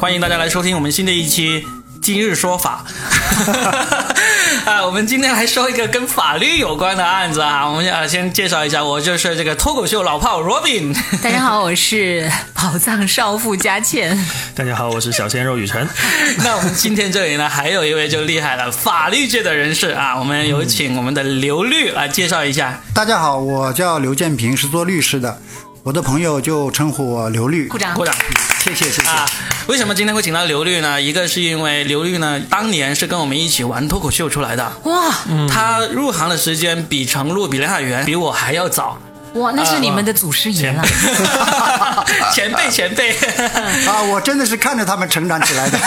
欢迎大家来收听我们新的一期《今日说法》 啊，我们今天来说一个跟法律有关的案子啊。我们啊，先介绍一下，我就是这个脱口秀老炮 Robin。 大家好，我是 宝藏少妇 佳倩。大家好，我是小鲜肉雨辰。那我们今天这里呢，还有一位就厉害了，法律界的人士啊，我们有请我们的刘律来介绍一下。大家好，我叫刘建平，是做律师的，我的朋友就称呼我刘律。鼓掌鼓掌。谢谢谢谢。啊，为什么今天会请到刘律呢？一个是因为刘律呢，当年是跟我们一起玩脱口秀出来的，哇他入行的时间比程璐、比梁海源、比我还要早，哇，那是你们的祖师爷了。 前辈前辈。啊，我真的是看着他们成长起 来的。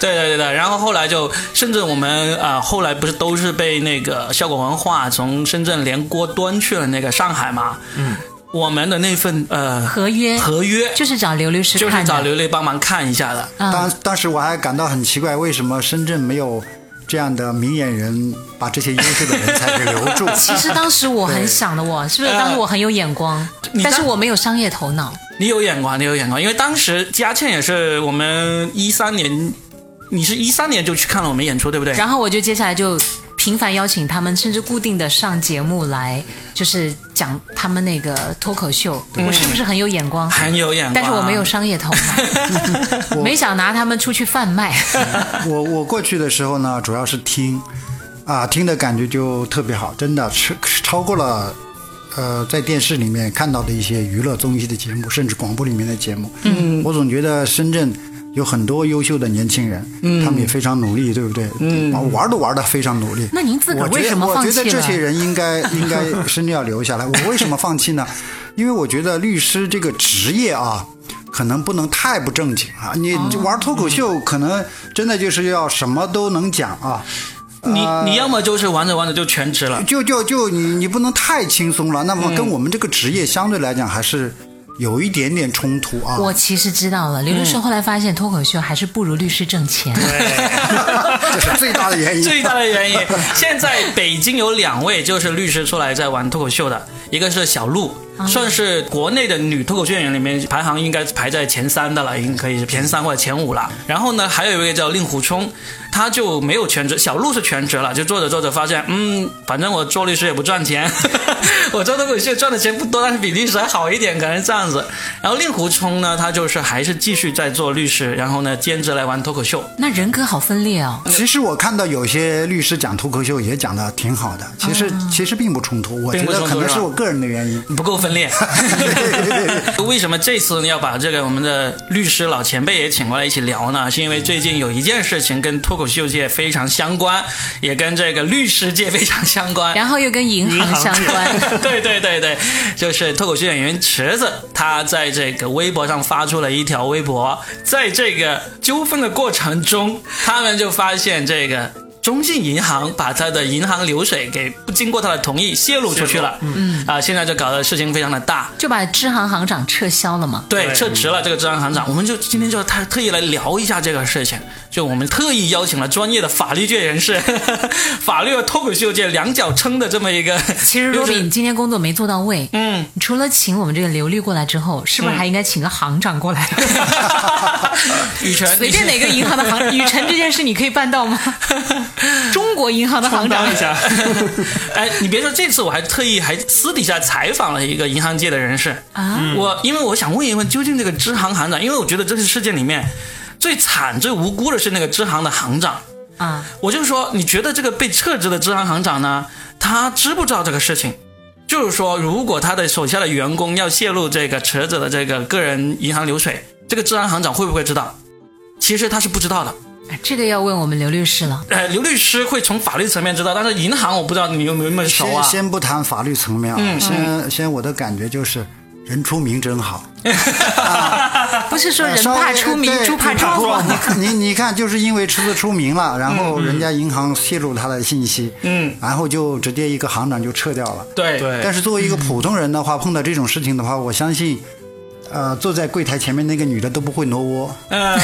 对对对对，然后后来就，甚至我们啊、呃后来不是都是被那个效果文化从深圳连锅端去了那个上海嘛？嗯，我们的那份呃合约合约就是找刘律师就看是的。嗯找刘磊帮忙看一下的。当当时我还感到很奇怪，为什么深圳没有这样的明眼人把这些优秀的人才给留住？其实当时我很想的我，是不是？呃当时我很有眼光，你但是当我没有商业头脑。你有眼光，你有眼光，因为当时佳倩也是我们一三年，你是一三年就去看了我们演出，对不对？然后我就接下来就频繁邀请他们，甚至固定的上节目来，就是讲他们那个脱口秀。我是不是很有眼光？嗯很有眼光，但是我没有商业头 脑， 没想拿他们出去贩卖。 我我过去的时候呢，主要是听，啊，听的感觉就特别好，真的是超过了。呃，在电视里面看到的一些娱乐综艺的节目，甚至广播里面的节目，嗯，我总觉得深圳有很多优秀的年轻人，嗯，他们也非常努力，对不对？嗯，玩都玩的非常努力。那您自个儿我觉得为什么放弃我觉得这了些人应该应该深圳要留下来。我为什么放 弃呢？因为我觉得律师这个职业啊，可能不能太不正经啊。你哦你玩脱口秀，可能真的就是要什么都能讲啊。你呃你要么就是玩着玩着就全职了，就就就你你不能太轻松了，那嗯么跟我们这个职业相对来讲还是有一点点冲突啊。我其实知道了，刘律师后来发现脱口秀还是不如律师挣钱。 这是最大的原因。最大的 原因。现在北京有两位就是律师出来在玩脱口秀的，一个是小鹿，算是国内的女脱口秀演员里面排行应该排在前三的了，已经可以是前三或者前五了。然后呢，还有一位叫令狐冲，他就没有全职，小鹿是全职了，就做着做着发现，嗯，反正我做律师也不赚钱， 我做脱口秀赚的钱不多，但是比律师还好一点，可能是这样子。然后令狐冲呢，他就是还是继续在做律师，然后呢兼职来玩脱口秀。那人格好分裂哦。其实我看到有些律师讲脱口秀也讲的挺好的，其实、其实并不冲突，我嗯觉并不得冲突可能是是吧我个人的原因。不够分裂。为什么这次要把这个我们的律师老前辈也请过来一起聊呢？是因为最近有一件事情跟脱口秀界非常相关，也跟这个律师界非常相关。然后又跟银行相关。 对对对对，就是脱口秀演员池子，他在这个微博上发出了一条微博，在这个纠纷的过程中，他们就发现这个。中信银行把他的银行流水给不经过他的同意泄露出去了，嗯啊、现在就搞得事情非常的大，就把支行行长撤销了嘛？对，对撤职了这个治安行长，我们就今天就特特意来聊一下这个事情。就我们特意邀请了专业的法律界人士， 法律和脱口秀界两脚撑的这么一个。其实就罗是比，你今天工作没做到位， 嗯，除了请我们这个刘律过来之后，是不是还应该请个行长过来？羽泉 随便 哪个银行的行， 雨辰这件事你可以办到吗？中国银行的行长当一下。 哎，你别说，这次我还特意还私底下采访了一个银行界的人士啊我因为我想问一问，究竟这个支行行长，因为我觉得这次事件里面最惨、最无辜的是那个支行的行长。啊，我就说，你觉得这个被撤职的支行行长呢，他知不知道这个事情？就是说，如果他的手下的员工要泄露这个池子的这个个人银行流水，这个支行行长会不会知道？其实他是不知道的。这个要问我们刘律师了。呃，刘律师会从法律层面知道，但是银行我不知道你有没有那么熟先啊。先不谈法律层面啊，嗯先先我的感觉就是，人出名真好。不是说人稍微怕出名，对猪怕壮不壮吗？你你看，就是因为池子出 名了，然后人家银行泄露他的信息，嗯，然后就直接一个行长就撤掉了。对对但是作为一个普通人的话，碰到这种事情的话，我相信，呃，坐在柜台前面那个女的都不会挪窝。 嗯，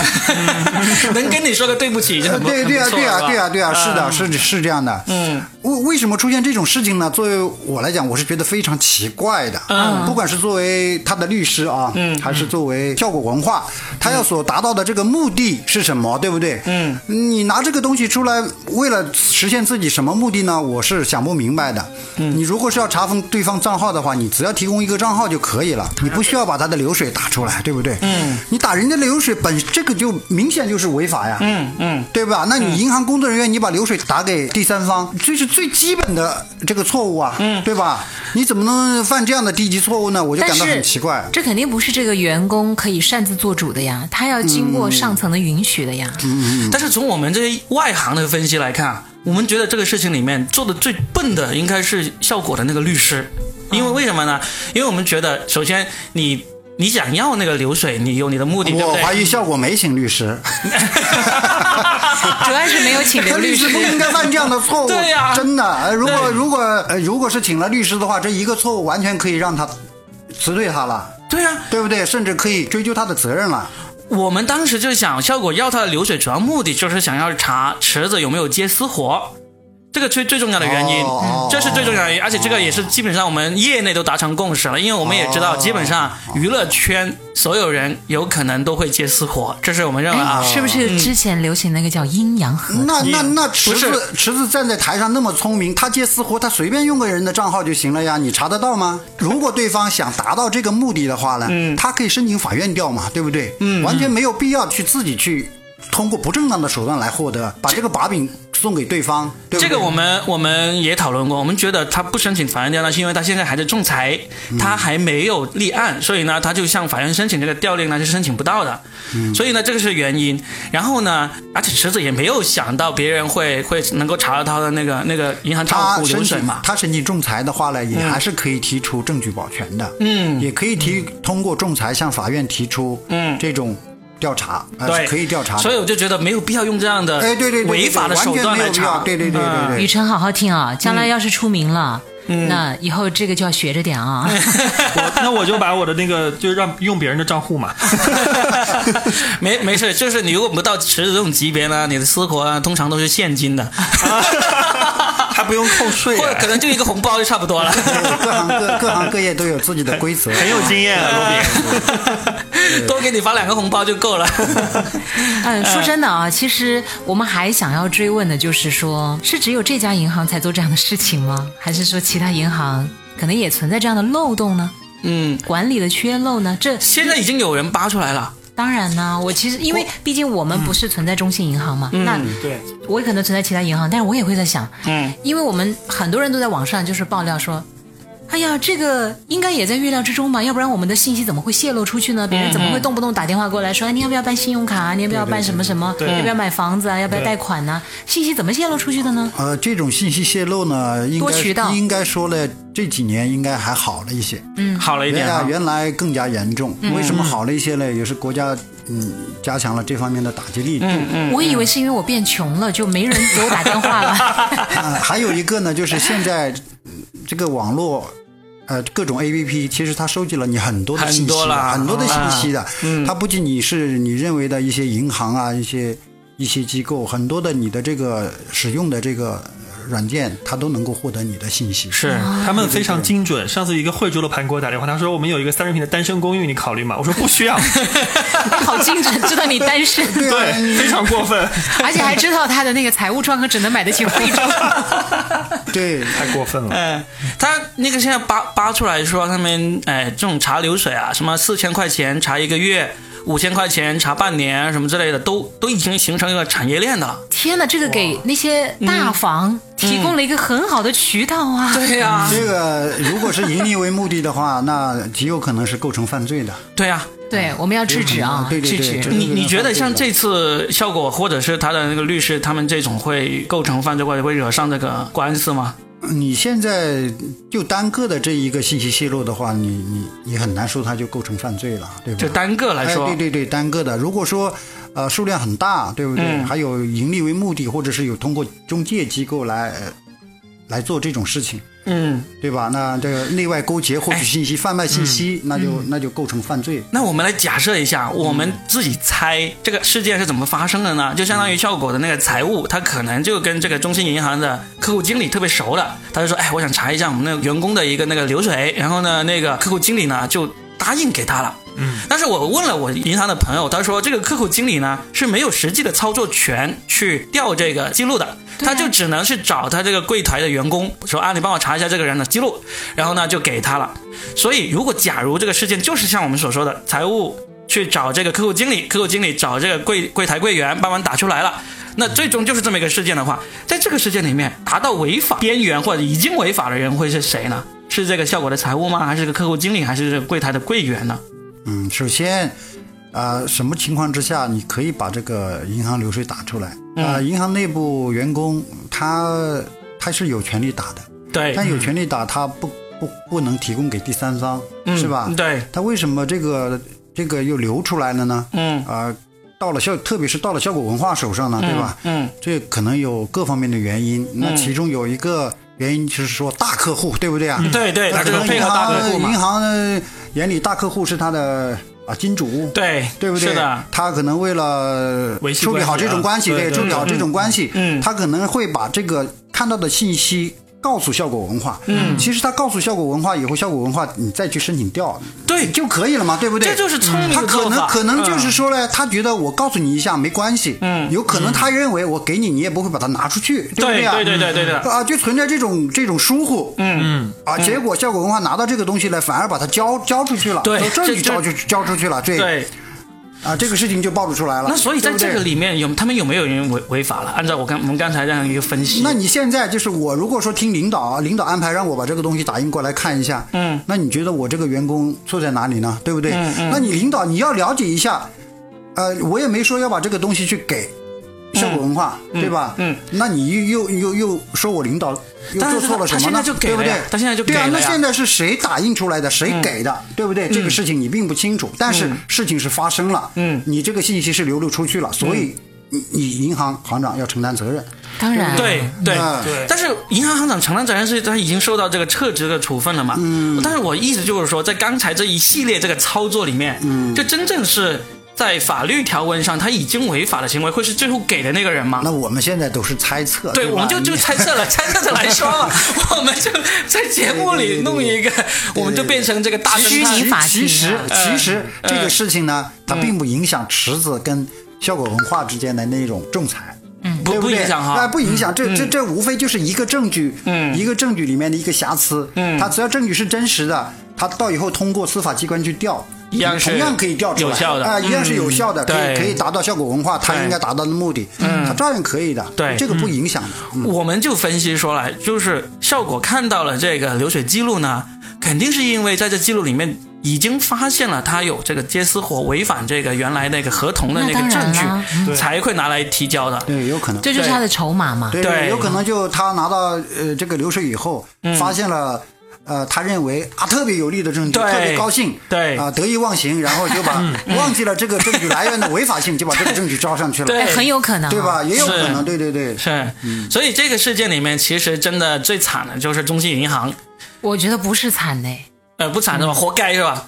能跟你说个对不起就呃很不对对啊，很不对错啊，了对啊，吧对啊，是的，嗯是是这样的。嗯，为为什么出现这种事情呢？作为我来讲，我是觉得非常奇怪的。嗯不管是作为他的律师啊，嗯，还是作为效果文化，他要所达到的这个目的是什么，对不对？嗯，你拿这个东西出来，为了实现自己什么目的呢？我是想不明白的。嗯，你如果是要查封对方账号的话，你只要提供一个账号就可以了，你不需要把他的流水打出来，对不对？嗯，你打人家流水本这个就明显就是违法呀。嗯嗯嗯，对吧？那你银行工作人员，你把流水打给第三方，这是最基本的这个错误啊，嗯，对吧？你怎么能犯这样的低级错误呢？我就但感到是很奇怪。这肯定不是这个员工可以擅自做主的呀，他要经过上层的允许的呀。嗯但是从我们这些外行的分析来看，啊我们觉得这个事情里面做的最笨的应该是效果的那个律师，因为为什么呢？因为我们觉得，首先你你想要那个流水，你有你的目的，对不我怀对？疑 效果没请律师，主要是没有请刘律律师不应该犯这样的错 误。对呀真的。呃如果对如果呃如果是请了律师的话，这一个错误完全可以让他辞退他了， 对啊，对不对？甚至可以追究他的责任了。我们当时就想，效果要他的流水，主要目的就是想要查池子有没有接私活。这个最最重要的原因，哦哦这是最重要的原因，而且这个也是基本上我们业内都达成共识了，因为我们也知道，哦基本上娱乐圈所有人有可能都会接私活，这是我们认嗯为啊哎，，是不是之前流行那个叫阴阳嗯合？那那那池是子池子站在台上那么聪明，他接私活，他随便用个人的账号就行了呀，你查得 到吗？如果对方想达到这个目的的话呢，嗯他可以申请法院调嘛，对不对？嗯，完全没有必要去自己去通过不正当的手段来获得，把这个把柄送给对方， 对不这对？个我们 我们也讨论过，我们觉得他不申请法院调查，是因为他现在还在仲裁，嗯他还没有立案，所以呢，他就向法院申请这个调令呢是申请不到的，嗯所以呢，这个是原因。然后呢，而且池子也没有想到别人会会能够查到他的那个那个银行账他户流申水请嘛。嗯他申请仲裁的话呢，也还是可以提出证据保全的，嗯，也可以提通过仲裁向法院提出，嗯，这种调查，呃对，是可以调查的。所以我就觉得没有必要用这样的哎，对对对对，呃违法的完手全段没来有必查嗯要。对对对对对雨。辰，好好听啊，嗯将来要是出名了，那以后这个就要学着点啊。嗯我那我就把我的那个就让用别人的账户嘛， 没没事，就是你如果不到池子这种级别呢，你的私活啊，通常都是现金 的，还不用扣税、啊或者可能就一个红包就差不 多了。各行各各行各业都有自己的规则，很有经验啊，罗比。多给你发两个红包就够了。嗯，说真的啊，其实我们还想要追问的就是说，是只有这家银行才做这样的事情吗？还是说其他银行可能也存在这样的漏洞呢？嗯，管理的缺漏呢？这现在已经有人扒出来了。当然呢，我其实因为毕竟我们不是存在中信银行嘛，那嗯对，我也可能存在其他银行，但是我也会在想，嗯，因为我们很多人都在网上就是爆料说。哎呀，这个应该也在预料之中吧，要不然我们的信息怎么会泄露出去呢？嗯别人怎么会动不动打电话过来说，哎你要不要办信用卡啊？你要不要办什么什么？对对要不要买房子啊？要不要贷款呢、信息怎么泄露出去的呢？呃，这种信息泄露呢，应多渠道该应该说呢，这几年应该还好了一些，好了一原点啊嗯来。原来更加严重。嗯为什么好了一些呢？也是国家嗯加强了这方面的打击嗯力度。嗯我以为是因为我变穷了，就没人给我打电话了。 啊，还有一个呢，就是现在嗯这个网络。呃，各种 A P P 其实它收集了你很多的很信息多的，了很多的信息的。嗯它不仅你是你认为的一些银行啊，一些一些机构，很多的你的这个使用的这个软件，它都能够获得你的信息。是，他们非常精准。上次一个惠州的盘给我打电话，他说我们有一个三十平的单身公寓，你考虑吗？我说不需要，好精准，知道你单身， 啊对， 非常过分，而且还知道他的那个财务状况只能买得起惠州。对，太过分了。嗯， 他那个现在扒扒出来说他们，哎，这种查流水啊，什么四千块钱查一个月，五千块钱查半年，啊什么之类的，都都已经形成一个产业链的了。天哪，这个给那些大房提供了一个很好的渠道啊！嗯对呀、这个如果是以你为目的的话，那极有可能是构成犯罪的。对呀、对，我们要制止啊，对对对制这止个。你是你觉得犯罪像的这次效果或者是他的那个律师，他们这种会构成犯罪或者会惹上这个官司吗？ 你现在就单个的这一个信息泄露的话，你你你很难说它就构成犯罪了，对吧？就单个来说，哎，对对对，单个的。如果说呃数量很嗯大，对不对？还有盈利为目的，或者是有通过中介机构来呃来做这种事情，嗯，对吧？那这个内外勾结获取信息、贩卖信息，嗯那就那就构成犯罪。那我们来假设一下，嗯我们自己猜这个事件是怎么发生的呢？就相当于效果的那个财务，他可能就跟这个中信银行的客户经理特别熟了，他就说：“哎，我想查一下我们那个员工的一个那个流水。”然后呢，那个客户经理呢就答应给他了。嗯，但是我问了我银行的朋友，他说这个客户经理呢是没有实际的操作权去调这个记录的，对他啊就只能是找他这个柜台的员工说啊，你帮我查一下这个人的记录，然后呢就给他了。所以，如果假如这个事件就是像我们所说的，财务去找这个客户经理，客户经理找这个柜柜台柜员帮忙打出来了，那最终就是这么一个事件的话，在这个事件里面达到违法边缘或者已经违法的人会是谁呢？是这个效果的财务吗？还是个客户经理？还是这个柜台的柜员呢？嗯，首先，啊，什么情况之下你可以把这个银行流水打出来？啊、嗯银行内部员工他他是有权利打的，对，但有权利打他不不不能提供给第三方，嗯是吧？对，他为什么这个这个又流出来了呢？嗯啊、到了效，特别是到了效果文化手上呢，对吧？嗯，这可能有各方面的原因，那嗯其中有一个原因就是说大客户，对不对啊？嗯对对，那他可这个能配合大客户银行银嘛，行的眼里大客户是他的啊金主，对对不对？是的，他可能为了维系处理好这种关系，关系啊对处理好这种关系，嗯嗯他可能会把这个看到的信息。告诉效果文化，嗯，其实他告诉效果文化以后，效果文化你再去申请调对，就可以了嘛，对不对？这就是聪明的他可做法能可能嗯就是说呢，他觉得我告诉你一下没关系，嗯有可能他认为我给你，你也不会把它拿出去，不对啊？对对对对的，啊，就存在这种这种疏忽，嗯啊，结果效果文化拿到这个东西来，反而把它交交出去了，对从这这里交出交出去了，对对。啊，这个事情就暴露出来了。那所以在对这不个对，里面有他们有没有人违违法了？按照我刚我们刚才这样一个分析，那你现在就是我，如果说听领导啊领导安排让我把这个东西打印过来看一下，嗯，那你觉得我这个员工错在哪里呢？对不对？那你领导你要了解一下，呃，我也没说要把这个东西去给。效果文化，对吧？嗯那你又又又又说我领导又但是做错了他他什么现呢在就？给对不了对呀？他现在就对啊给。了那呀嗯现在是谁打印出来的？谁给的？对不对？这个事情你并不清楚，但是事情是发生了，嗯你这个信息是流露出去了，所以你你银行行长要承担责任。当然，对对那对但是银行行长承担责任是他已经受到这个撤职的处分了嘛？嗯，但是我意思就是说，在刚才这一系列这个操作里面，嗯，就真正是在法律条文上他已经违法的行为，会是最后给的那个人吗？那我们现在都是猜测，对，对吧，我们就就你猜测了，猜测着来说嘛，我们就在节目里弄一个，我们就变成这个大虚侦拟探。法其庭实啊，其嗯实这个事情呢，它并不影响池子跟效果文化之间的那种仲裁。嗯，不不影响哈哎，不影响，这这这无非就是一个证据，嗯一个证据里面的一个瑕疵，嗯它只要证据是真实的，它到以后通过司法机关去调，一样是同样可以调出来，有效的啊，一样是有效的，嗯可以对可以达到效果文化它对应该达到的目的，嗯，它照样可以的，对这个不影响的，嗯我们就分析说来，就是效果看到了这个流水记录呢，肯定是因为在这记录里面已经发现了他有这个接私活违反这个原来那个合同的那那个当然嗯证啦据，才会拿来提交嗯的。对，有可能。这就是他的筹码嘛。对，对嗯有可能就他拿到呃这个流水以后，发现了。呃，他认为啊特别有利的证据，对特别高兴，对嗯啊、得意忘形，然后 就把忘记了这个证据来源的违法性，就把这个证据招上去了，对哎很有可能啊，对吧？也有可是能，对对对，是，嗯所以这个事件里面，其实真的最惨的就是中信银行，我觉得不是惨嘞，呃，不嗯惨是吧？活该是吧？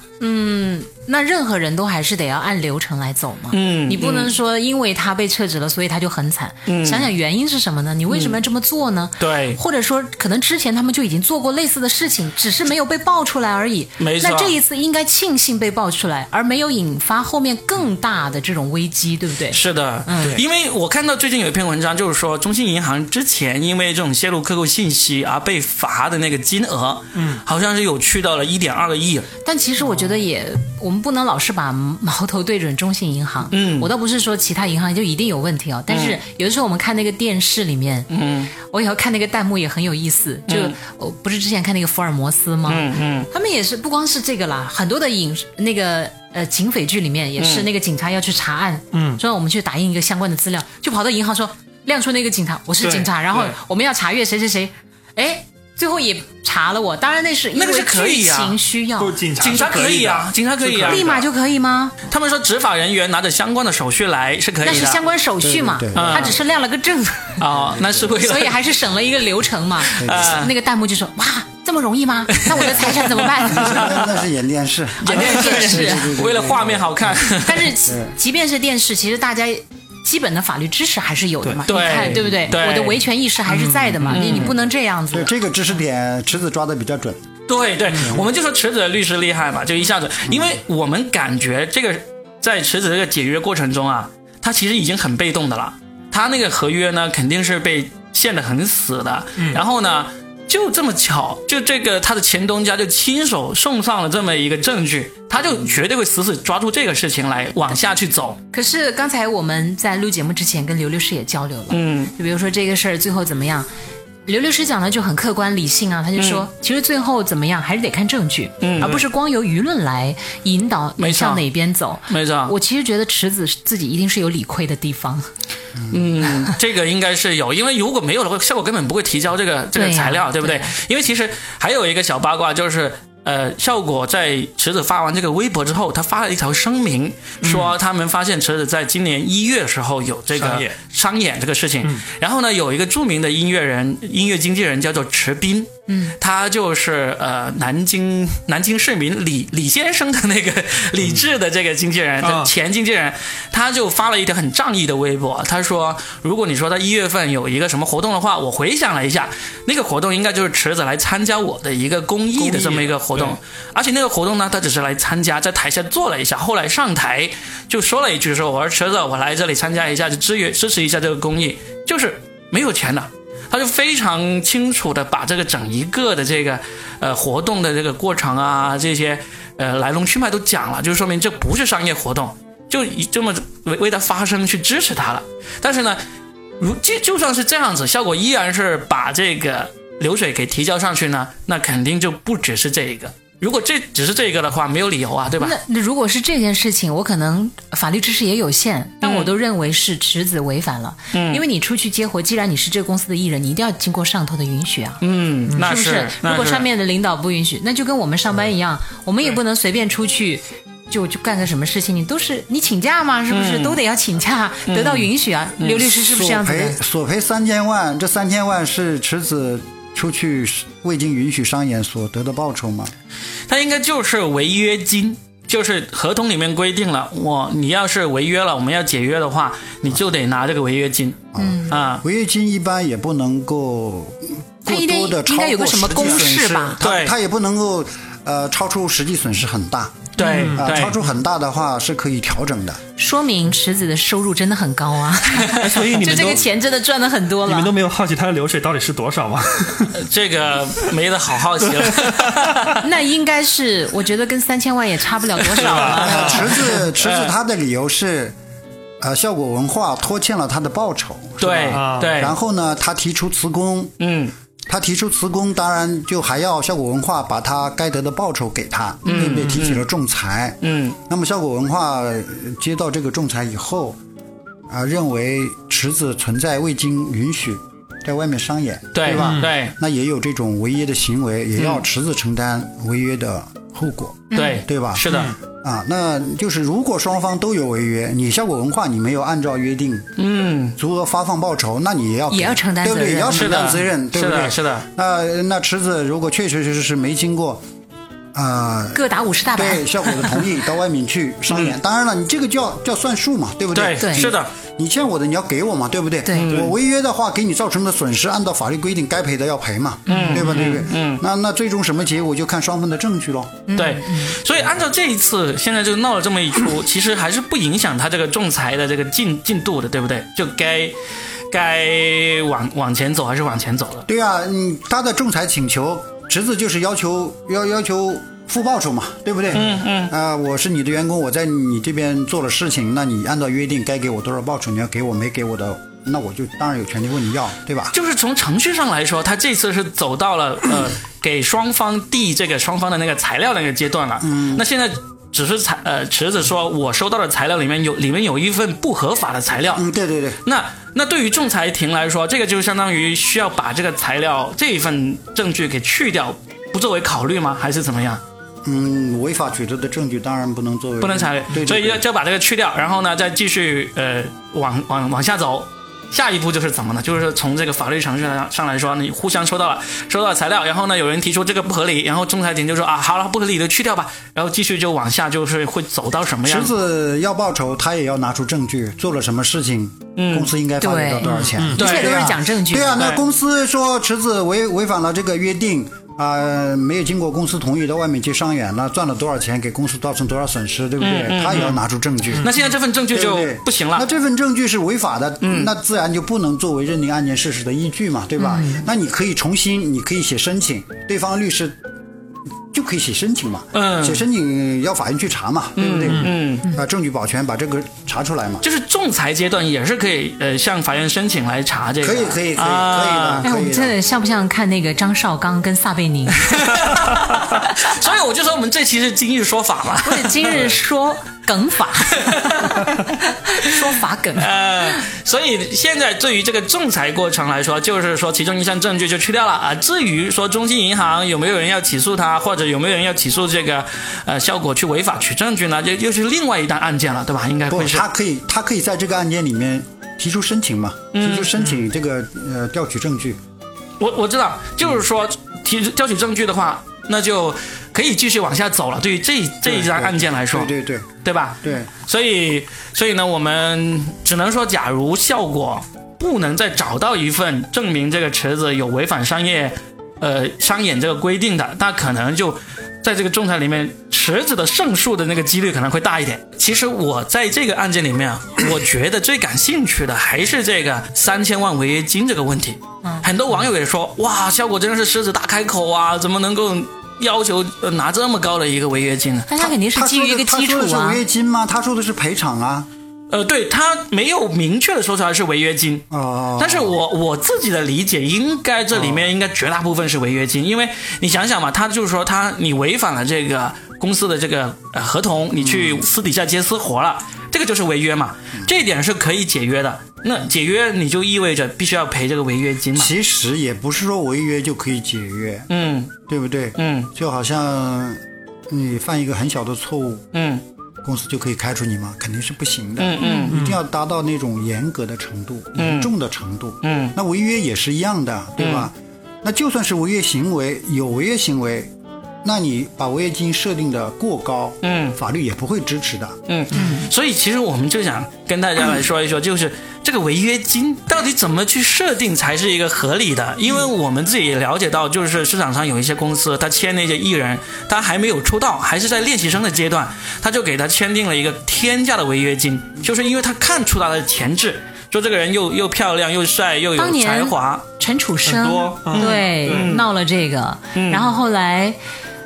那任何人都还是得要按流程来走嘛。嗯你不能说因为他被撤职了，所以他就很惨。想想原因是什么呢？你为什么要这么做呢？对或者说可能之前他们就已经做过类似的事情，只是没有被爆出来而已。没错那这一次应该庆幸被爆出来，而没有引发后面更大的这种危机，对不对？是的，嗯因为我看到最近有一篇文章，就是说中信银行之前因为这种泄露客户信息而被罚的那个金额，嗯，好像是有去到了一点二个亿，但其实我觉得也，我们不能老是把矛头对准中信银行。嗯，我倒不是说其他银行就一定有问题哦，但是有的时候我们看那个电视里面，嗯，我以后看那个弹幕也很有意思，就、我不是之前看那个福尔摩斯吗？嗯嗯，他们也是不光是这个啦，很多的影视那个。呃，警匪剧里面也是那个警察要去查案，嗯，说我们去打印一个相关的资料，就跑到银行说亮出那个警察，我是对警察，然后对我们要查阅谁谁谁，哎，最后也查了我，当然那是因那个为是可以剧啊情需要不，是 警察，警察可可以的啊警察可以啊是的立马就可以吗？他们说执法人员拿着相关的手续来是可以那的，是相关手续嘛对对对，他只是亮了个证， 啊、那是为了 所以还是省了一个流程嘛。啊那个弹幕就说：“哇，这么容易吗？那我的财产怎么办？”那那是演电 视， 演电视是为了画面好看， 但是即，即便是电视，其实大家基本的法律知识还是有的嘛。对你看对不对？对我的维权意识还是在的嘛。你你不能这样对子。这个知识点，池子抓的比较准。 对对，嗯我们就说池子的律师厉害嘛，就一下子，因为我们感觉这个在池子这个解约过程中啊，他其实已经很被动的了，他那个合约呢肯定是被限得很死的，嗯然后呢。就这么巧，就这个他的前东家就亲手送上了这么一个证据，他就绝对会死死抓住这个事情来往下去走。可是刚才我们在录节目之前跟刘律师也交流了，嗯，就比如说这个事儿最后怎么样，刘律师讲的就很客观理性啊，他就嗯说，其实最后怎么样还是得看证据，而不是光由舆论来引导没你错啊向哪边走。没错，我其实觉得池子自己一定是有理亏的地方，嗯，这个应该是有，因为如果没有的话，效果根本不会提交这个这个对呀材料，对不对？对因为其实还有一个小八卦就是。呃，效果在池子发完这个微博之后，他发了一条声明，嗯说他们发现池子在今年一月的时候有这个商演商演这个事情。然后呢，有一个著名的音乐人、音乐经纪人叫做池斌，嗯，他就是呃南京南京市民李李先生的那个 李志的这个经纪人，啊前经纪人，他就发了一条很仗义的微博，他说，如果你说他一月份有一个什么活动的话，我回想了一下，那个活动应该就是池子来参加我的一个公益的这么一个活动公益，而且那个活动呢，他只是来参加，在台下坐了一下，后来上台就说了一句说，我说池子，我来这里参加一下，就支援支持一下这个公益，就是没有钱的。他就非常清楚的把这个整一个的这个呃活动的这个过程啊，这些呃来龙去脉都讲了，就说明这不是商业活动，就以这么为为他发声去支持他了。但是呢，如就就算是这样子，效果依然是把这个流水给提交上去呢，那肯定就不只是这一个。如果这只是这一个的话，没有理由啊，对吧？那那如果是这件事情，我可能法律知识也有限，嗯但我都认为是池子违反了。嗯，因为你出去接活，既然你是这个公司的艺人，你一定要经过上头的允许啊，嗯，那是不是那如果是上面的领导不允许，那就跟我们上班一样，我们也不能随便出去。就就干个什么事情，你都是你请假嘛，是不是、都得要请假，得到允许啊？刘律师是不是这样索子赔的？索赔三千万，这三千万是池子出去未经允许商演所得的报酬吗？他应该就是违约金，就是合同里面规定了，我你要是违约了，我们要解约的话，你就得拿这个违约金。嗯啊，违约金一般也不能够他过一定多的超应该有过个什么实际公损式失吧它对它也不能够呃超出实际损失很大啊、对、嗯嗯对，啊超出很大的话是可以调整的。说明池子的收入真的很高啊，所哎以你就这们都个钱真的赚的很多你了们都。没有好奇他的流水到底是多少吗？这个没得好好奇 了。 那应该是，我觉得跟三千万也差不了多少啊了。 呃，池 子池子他的理由是，呃，效果文化拖欠了他的报酬，是吧对啊对，然后呢，他提出辞工，嗯，他提出辞工，当然就还要效果文化把他该得的报酬给他，并被提起了仲裁。嗯，那么效果文化呃接到这个仲裁以后，啊、认为池子存在未经允许在外面商演，对吧？对那也有这种违约的行为，也要池子承担违约的后果，对对吧？是的，啊，那就是如果双方都有违约，你效果文化你没有按照约定嗯，足额发放报酬，那你也要给也要承担对不责对？任也要是承的，担责任，对是不对的，？是的，那那池子如果确确实实是没经过，呃，各打五十大板， 对效果的同意到外面 去商演，当然了，你这个叫叫算数嘛，嗯对不嗯对，对是的，你欠我的你要给我嘛，对不对？对我违约的话，给你造成的损失，按照法律规定该赔的要赔嘛，嗯，对吧？对不对？嗯，那那最终什么结果就看双方的证据喽。对，所以按照这一次现在就闹了这么一出，其实还是不影响他这个仲裁的这个进进度的，对不对？就该该往往前走还是往前走了。对啊，嗯，他的仲裁请求，侄子就是要求要要求付报酬嘛，对不对？嗯嗯。啊、我是你的员工，我在你这边做了事情，那你按照约定该给我多少报酬，你要给我没给我的，那我就当然有权利问你要，对吧？就是从程序上来说，他这次是走到了呃给双方递这个双方的那个材料那个阶段了。嗯，那现在只是材呃池子说，我收到的材料里面有里面有一份不合法的材料。嗯，对对对，那那对于仲裁庭来说，这个就相当于需要把这个材料这一份证据给去掉，不作为考虑吗？还是怎么样？嗯，违法取得的证据当然不能作为不能采对，取，所以对要就要把这个去掉，然后呢，再继续呃往往往下走。下一步就是怎么呢？就是从这个法律程序上上来说，你互相收到了收到了材料，然后呢，有人提出这个不合理，然后仲裁庭就说啊，好了，不合理的去掉吧，然后继续就往下，就是会走到什么样池？子要报仇，他也要拿出证据，做了什么事情，公司应该发给他多少 钱？一切都是讲证据。对啊，那嗯对公司说池子违违反了这个约定啊、没有经过公司同意到外面去商演了，赚了多少钱，给公司造成多少损失，对不嗯对？他也要拿出证据。那现在这份证据对就对不行了。嗯那这份证据是违法的，那自然就不能作为认定案件事实的依据嘛，对吧？嗯那你可以重新，你可以写申请，对方律师就可以写申请嘛，嗯写申请要法院去查嘛，对不对？嗯，把证据保全，把这个查出来嘛，就是仲裁阶段也是可以呃向法院申请来查这个。可以，可以，可以，可以啊 哎，的，我可以们真的。的像不像看那个张绍刚跟撒贝宁？所以我就说我们这期是今日说法 嘛。不是今日说梗法，说法梗。呃，所以现在对于这个仲裁过程来说，就是说其中一项证据就去掉了啊。至于说中信银行有没有人要起诉他，或者有没有人要起诉这个呃效果去违法取证据呢，这又是另外一单案件了，对吧？应该不会，是哦他可以，他可以在这个案件里面提出申请嘛，嗯提出申请这个呃调取证据，我我知道，就是说提交取证据的话，那就可以继续往下走了。对于这这一单案件来说，对对对对吧？对，所以，所以呢，我们只能说，假如效果不能再找到一份证明这个池子有违反商业，呃，商演这个规定的，那可能就在这个仲裁里面，池子的胜诉的那个几率可能会大一点。其实我在这个案件里面啊，我觉得最感兴趣的还是这个三千万违约金这个问题。很多网友也说，哇，效果真是狮子大开口啊，怎么能够要求呃拿这么高的一个违约金呢？但他肯定是他基于一个基础他说的啊是违，约金吗？他说的是赔偿啊。呃，对他没有明确的说出来是违约金，哦，但是我我自己的理解，应该这里面应该绝大部分是违约金，因为你想想嘛，他就是说他你违反了这个公司的这个呃合同，你去私底下接私活了，这个就是违约嘛，这一点是可以解约的。那解约你就意味着必须要赔这个违约金嘛，其实也不是说违约就可以解约，嗯对不对？嗯就好像你犯一个很小的错误，嗯公司就可以开除你吗？肯定是不行的，嗯嗯一定要达到那种严格的程度、严重的程度。嗯那违约也是一样的，对吧？那就算是违约行为，有违约行为，那你把违约金设定的过高，嗯法律也不会支持的。嗯嗯，所以其实我们就想跟大家来说一说，就是这个违约金到底怎么去设定才是一个合理的？因为我们自己也了解到，就是市场上有一些公司，他签那些艺人，他还没有出道，还是在练习生的阶段，他就给他签订了一个天价的违约金，就是因为他看出他的潜质，说这个人又又漂亮又帅又当有年才华，陈楚生很多嗯对对闹了这个，然后后来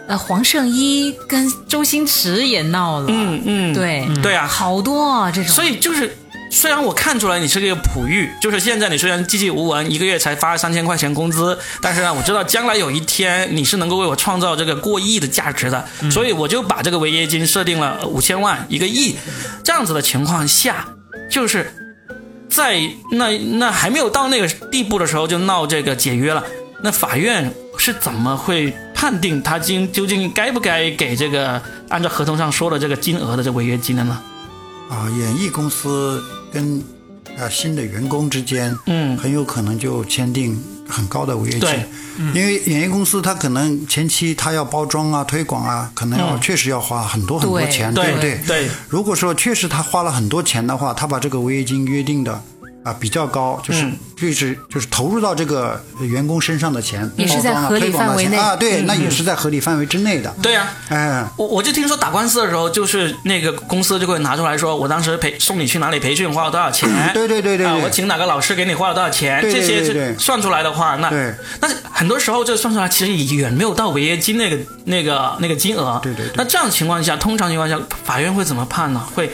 呃黄圣依跟周星驰也闹了，嗯嗯，对对啊，好多啊这种，所以就是，虽然我看出来你是个璞玉，就是现在你虽然寂寂无闻，一个月才发三千块钱工资，但是呢，我知道将来有一天你是能够为我创造这个过亿的价值的，所以我就把这个违约金设定了五千万一个亿，这样子的情况下，就是在那那还没有到那个地步的时候就闹这个解约了，那法院是怎么会判定他今究竟该不该给这个按照合同上说的这个金额的这违约金的呢？啊，演艺公司跟啊新的员工之间，嗯很有可能就签订很高的违约金对，嗯因为演艺公司它可能前期它要包装啊、推广啊，可能要、嗯确实要花很多很多对钱，对不对？对如果说确实他花了很多钱的话，他把这个违约金约定的。啊，比较高，就是、嗯就是就是投入到这个员工身上的钱，也是包在装啊合理推广的范围钱内嗯啊，对，那也是在合理范围之内的。对呀、哎，我我就听说打官司的时候，就是那个公司就会拿出来说，我当时培送你去哪里培训花了多少钱，嗯对对对对啊，对我请哪个老师给你花了多少钱，对对对这对些对是算出来的话，那对那很多时候这算出来其实远没有到违约金那个那个那个金额，对对对那这样的情况下，通常情况下，法院会怎么判呢？会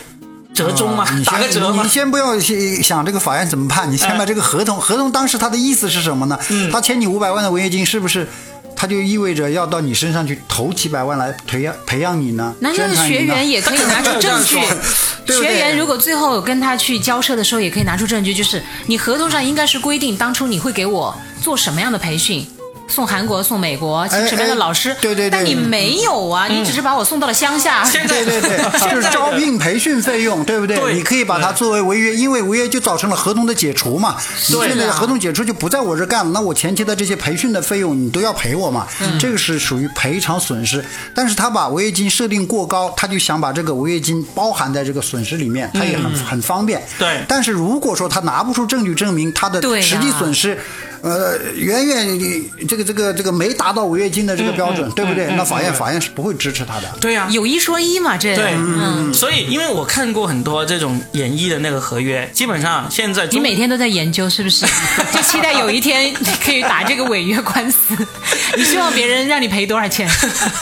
折中吗？啊你打个先折吗嗯你？先不要去想这个法院怎么判，你先把这个合同，合同当时他的意思是什么呢？他欠你五百万的违约金，是不是它就意味着要到你身上去投几百万来培养培养你呢，难道宣传你学呢？员也可以拿出证据 对不对学员如果最后跟他去交涉的时候，也可以拿出证据，就是你合同上应该是规定，当初你会给我做什么样的培训。送韩国、送美国，请什么样的老师？哎对对对嗯但你没有啊，你只是把我送到了乡下。现在对对对， 就是招聘培训费用，对不对？对你可以把它作为违约，因为违约就造成了合同的解除嘛。你对现在是的啊合同解除就不在我这干了，那我前期的这些培训的费用你都要赔我嘛，嗯这个是属于赔偿损失。但是他把违约金设定过高，他就想把这个违约金包含在这个损失里面，他也很很方便。嗯对但是如果说他拿不出证据证明他的对啊实际损失。呃，远远这个这个这个没达到违约金的这个嗯标准，对不对？那法院法院是不会支持他的。对呀、 有一说一嘛，这对，嗯，所以因为我看过很多这种演绎的那个合约，基本上现在中你每天都在研究是不 是？就期待有一天你可以打这个违约官司。 你希望别人让你赔多少钱？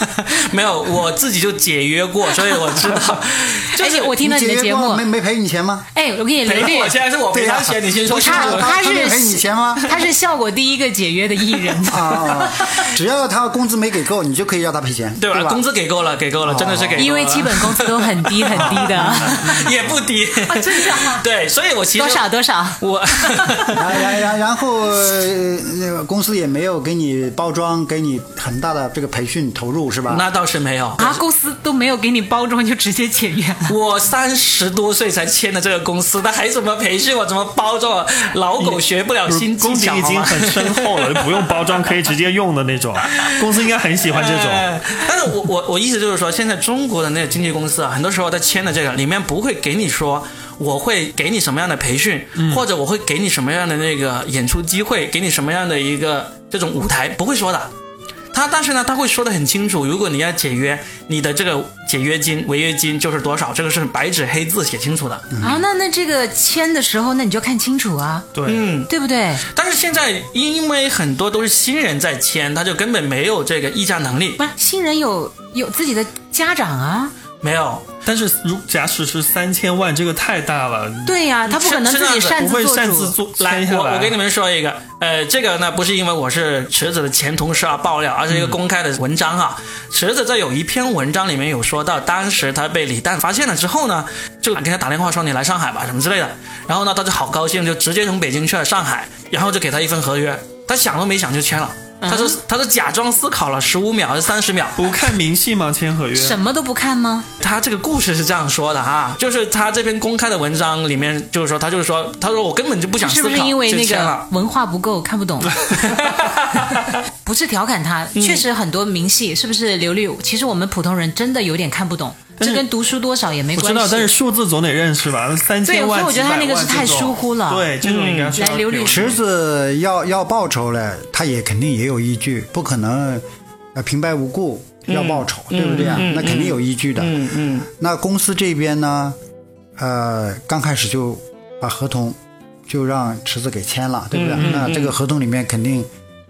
没有，我自己就解约过，所以我知 道。就而且是哎我听到你的解约节过目，没没赔你钱吗？哎，我跟你雷赔律我，现在是我赔啊他钱，你先说不清差楚了。他他没是赔你钱吗他是效果第一个解约的艺人。啊啊，只要他工资没给够，你就可以要他赔钱，对吧？吧？工资给够了，给够了，真的是给够了。哦因为基本工资都很低很低 的，啊也不 低，真的吗 对，所以我其实多少多少。我 然然哎然然后呃那个公司也没有给你包装，给你很大的这个培训投入是吧？那倒是没有。啊，公司都没有给你包装就直接解约了。我三十多岁才签的这个公司，他还怎么培训我？怎么包装我？老狗学不呃了新技功底巧已经吗？很深厚 了，不用包装可以直接用的那种，公司应该很喜啊欢这种。哎但是我我我意思就是说，现在中国的那个经纪公司啊，很多时候他签的这个里面不会给你说我会给你什么样的培训，嗯或者我会给你什么样的那个演出机会，给你什么样的一个这种舞台，不会说的。他但是呢，他会说的很清楚，如果你要解约，你的这个解约金、违约金就是多少，这个是白纸黑字写清楚的。啊，那那这个签的时候，那你就看清楚啊，对，嗯，对不对？但是现在因为很多都是新人在签，他就根本没有这个议价能力，不是新人有有自己的家长啊，没有。但是如假使是三千万，这个太大了，对呀、他不可能是是自这样子己擅不自会做擅自主。 做来签，下我来。我给你们说一个，呃，这个呢不是因为我是池子的前同事啊爆嗯料，而是一个公开的文章啊。池子在有一篇文章里面有说到，当时他被李诞发现了之后呢，就给他打电话说你来上海吧什么之类的，然后呢他就好高兴，就直接从北京去了上海，然后就给他一份合约，他想都没想就签了。嗯他说，他说假装思考了十五秒还是三十秒，不看明细吗？签合约什么都不看吗？他这个故事是这样说的哈，就是他这篇公开的文章里面，就是说他就是说，他说我根本就不想思是考，不是因为就那签个了文化不够看不懂？不是调侃他，嗯确实很多明细是不是刘律？其实我们普通人真的有点看不懂，但这是跟读书多少也没我关系。知道，但是数字总得认识吧？三对千万，所以我觉得他那个是太几百万这种疏忽了嗯对，这种应该是要来刘律师池子要要报酬嘞，他也肯定也有依据，不可能呃平白无故要报酬，对不对啊？那肯定有依据的。嗯嗯，那公司这边呢，呃，刚开始就把合同就让池子给签了，对不对？嗯嗯那这个合同里面肯定，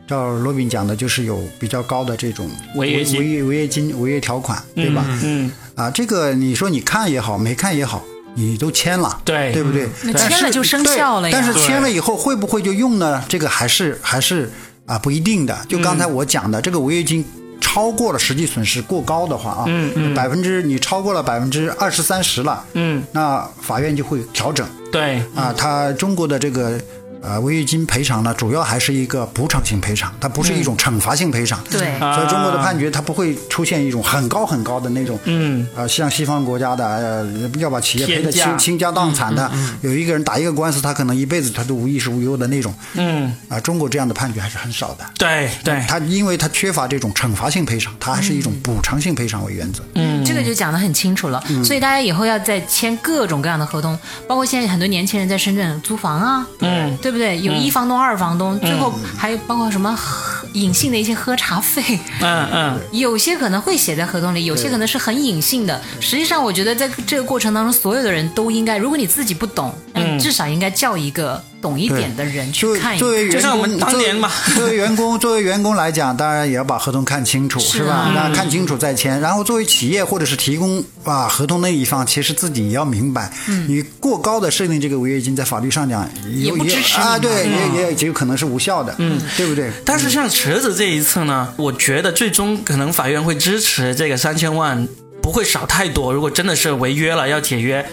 照罗宾讲的，就是有比较高的这种违约金违约违约金、违约条款，对吧？嗯，啊，这个你说你看也好，没看也好，你都签了，对对不对？那但签了是就生对效了呀但是对签了以后会不会就用呢？这个还是还是啊不一定的。就刚才我讲的，这个违约金超过了实际损失过高的话啊，嗯嗯，百分之你超过了百分之二十三十了，嗯，那法院就会调整对，啊。它中国的这个。呃，违约金赔偿呢，主要还是一个补偿性赔偿，它不是一种惩罚性赔偿。对嗯所以中国的判决它不会出现一种很高很高的那种，嗯，啊、像西方国家的，呃，要把企业赔得天价嗯倾倾家荡产的，有一个人打一个官司，他可能一辈子他都无衣食无忧的那种，嗯，啊、中国这样的判决还是很少的。对对，他因为他缺乏这种惩罚性赔偿，它还是一嗯种补偿性赔偿为原则。嗯这个就讲得很清楚了。所以大家以后要再签各种各样的合同，包括现在很多年轻人在深圳租房啊，嗯，对不对？有一房东、二房嗯东，最后还有包括什么喝隐性的一些喝茶费，嗯嗯，有些可能会写在合同里，有些可能是很隐性的。实际上，我觉得在这个过程当中，所有的人都应该，如果你自己不懂，嗯，至少应该叫一个懂一点的人去作为看一作看。为员工，就像我们当年嘛作为作为员工，作为员工来讲，当然也要把合同看清楚，是是吧啊？那看清楚再签。然后作为企业或者是提供啊合同那一方，其实自己也要明白，嗯你过高的设定这个违约金，在法律上讲也不支持你嗯啊，嘛对，也也也有可能是无效的，嗯，对不对？但是像池子这一次呢，我觉得最终可能法院会支持这个三千万。不会少太多。如果真的是违约了要解约，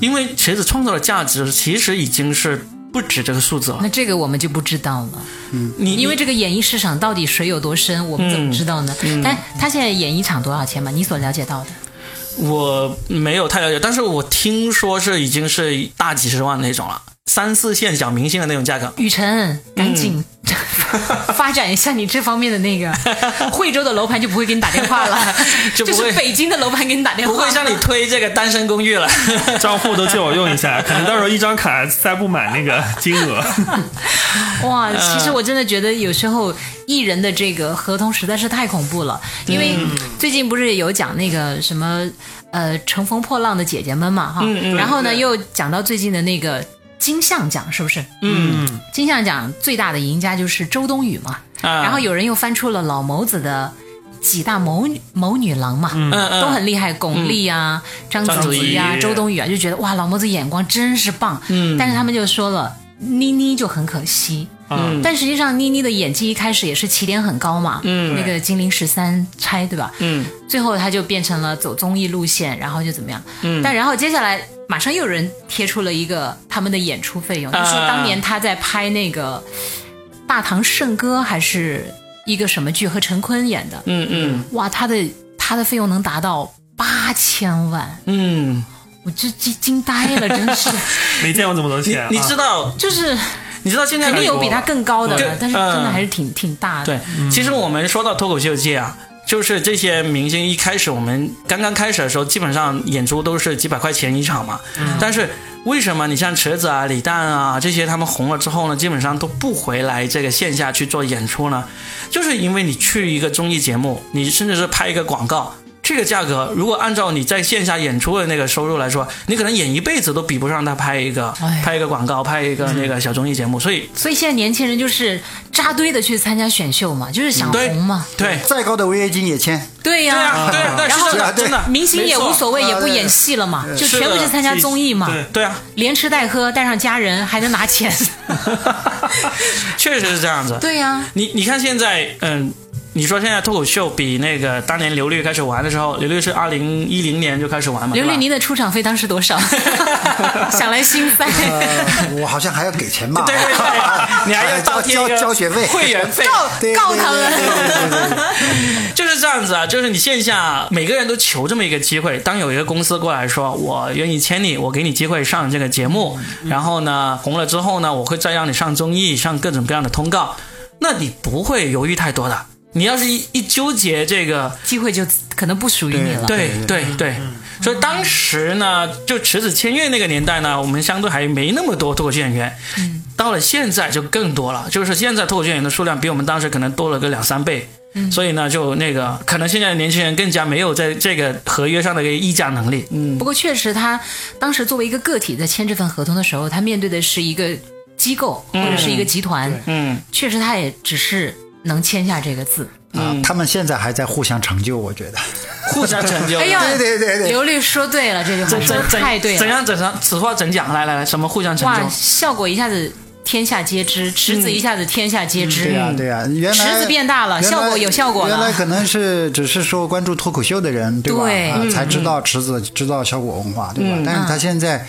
因为池子创造的价值其实已经是不止这个数字了。那这个我们就不知道了，你因为这个演艺市场到底水有多深，我们怎嗯么知道呢？但他现在演艺场多少钱嘛？你所了解到的，我没有太了解，但是我听说是已经是大几十万那种了，三四线小明星的那种价格。雨辰，赶紧、嗯 发展一下你这方面的那 个，惠州的楼盘就不会给你打电话了，就不会是北京的楼盘给你打电话，不会向你推这个单身公寓了，账户都借我用 一下，可能到时候一张卡塞不满那个金额。 哇，其实我真的觉得有时候艺人的这个合同实在是太恐怖了，因为最近不是有讲那个什么呃乘风破浪的姐姐们嘛哈，然后呢又讲到最近的那个金像奖是不是？嗯，金像奖最大的赢家就是周冬雨嘛，啊然后有人又翻出了老谋子的。几大谋女谋女郎嘛，嗯都很厉害，巩俐啊、章章子子怡啊、怡周冬雨啊，就觉得哇，老谋子眼光真是棒。嗯，但是他们就说了，妮妮就很可惜，嗯，但实际上，妮妮的演技一开始也是起点很高嘛，嗯，那个《金陵十三钗》对吧？嗯，最后她就变成了走综艺路线，然后就怎么样？嗯，但然后接下来马上又有人贴出了一个他们的演出费用，就说啊当年她在拍那个《大唐圣歌》还是一个什么剧，和陈坤演的，嗯嗯哇，她的她的费用能达到八千万，嗯，我就惊惊呆了，真 是，没见过这么多你钱，你啊知道、就是你知道现在肯定有比嗯她更高的对了，但是真的嗯还是挺挺大的。对，其实我们说到脱口秀界啊，就是这些明星一开始我们刚刚开始的时候，基本上演出都是几百块钱一场嘛。嗯但是为什么你像池子啊、李诞啊这些他们红了之后呢，基本上都不回来这个线下去做演出呢？就是因为你去一个综艺节目，你甚至是拍一个广告。这个价格，如果按照你在线下演出的那个收入来说，你可能演一辈子都比不上他拍一个、哎呀拍一个广告、拍一个那个小综艺节目。所以，所以现在年轻人就是扎堆的去参加选秀嘛，就是想红嘛，对，再高的违约金也签， 对呀、对呀、对呀、然对，后是真的，对真的，明星也没错无所谓，也不演戏了嘛，就全部去参加综艺嘛，对对 啊，连吃带喝，带上家人，还能拿钱。确实是这样子。对啊呀、你你看现在，嗯，你说现在脱口秀比那个当年刘律开始玩的时候，刘律是二零一零年就开始玩嘛，刘对丽吧宁的出场费当时多少？想来心塞，呃，我好像还要给钱吧？哎对对 对，你还要倒交贴一交个交学费，会员费，对告他对对对对对对 们。就是这样子啊，就是你线下每个人都求这么一个机会。当有一个公司过来说，我愿意签你，我给你机会上这个节目，嗯然后呢红了之后呢，我会再让你上综艺，上各种各样的通告，那你不会犹豫太多的。你要是一一纠结这个，机会就可能不属于你了。对啊对嗯对，所以当时呢，就池子签约那个年代呢，我们相对还没那么多脱口秀演员，嗯到了现在就更多了，就是现在脱口秀演员的数量比我们当时可能多了个两三倍。嗯所以呢，就那个可能现在的年轻人更加没有在这个合约上的一个议价能力。嗯，不过确实，他当时作为一个个体在签这份合同的时候，他面对的是一个机构或者是一个集团，嗯，确实他也只是能签下这个字。啊，他们现在还在互相成就，我觉得。互相成就。哎呀，对对对对刘律说对了这句话，怎说怎的太对怎怎了，样怎样，此话怎讲？来来来，什么互相成哇，就？效果一下子天下皆知，池子一下子天下皆知嗯嗯对，啊呀、对呀、原来池子变大了原来效果有效果了原来可能是只是说关注脱口秀的人，对吧？对嗯啊，才知道池子，知道效果文化，对吧？但是他现在。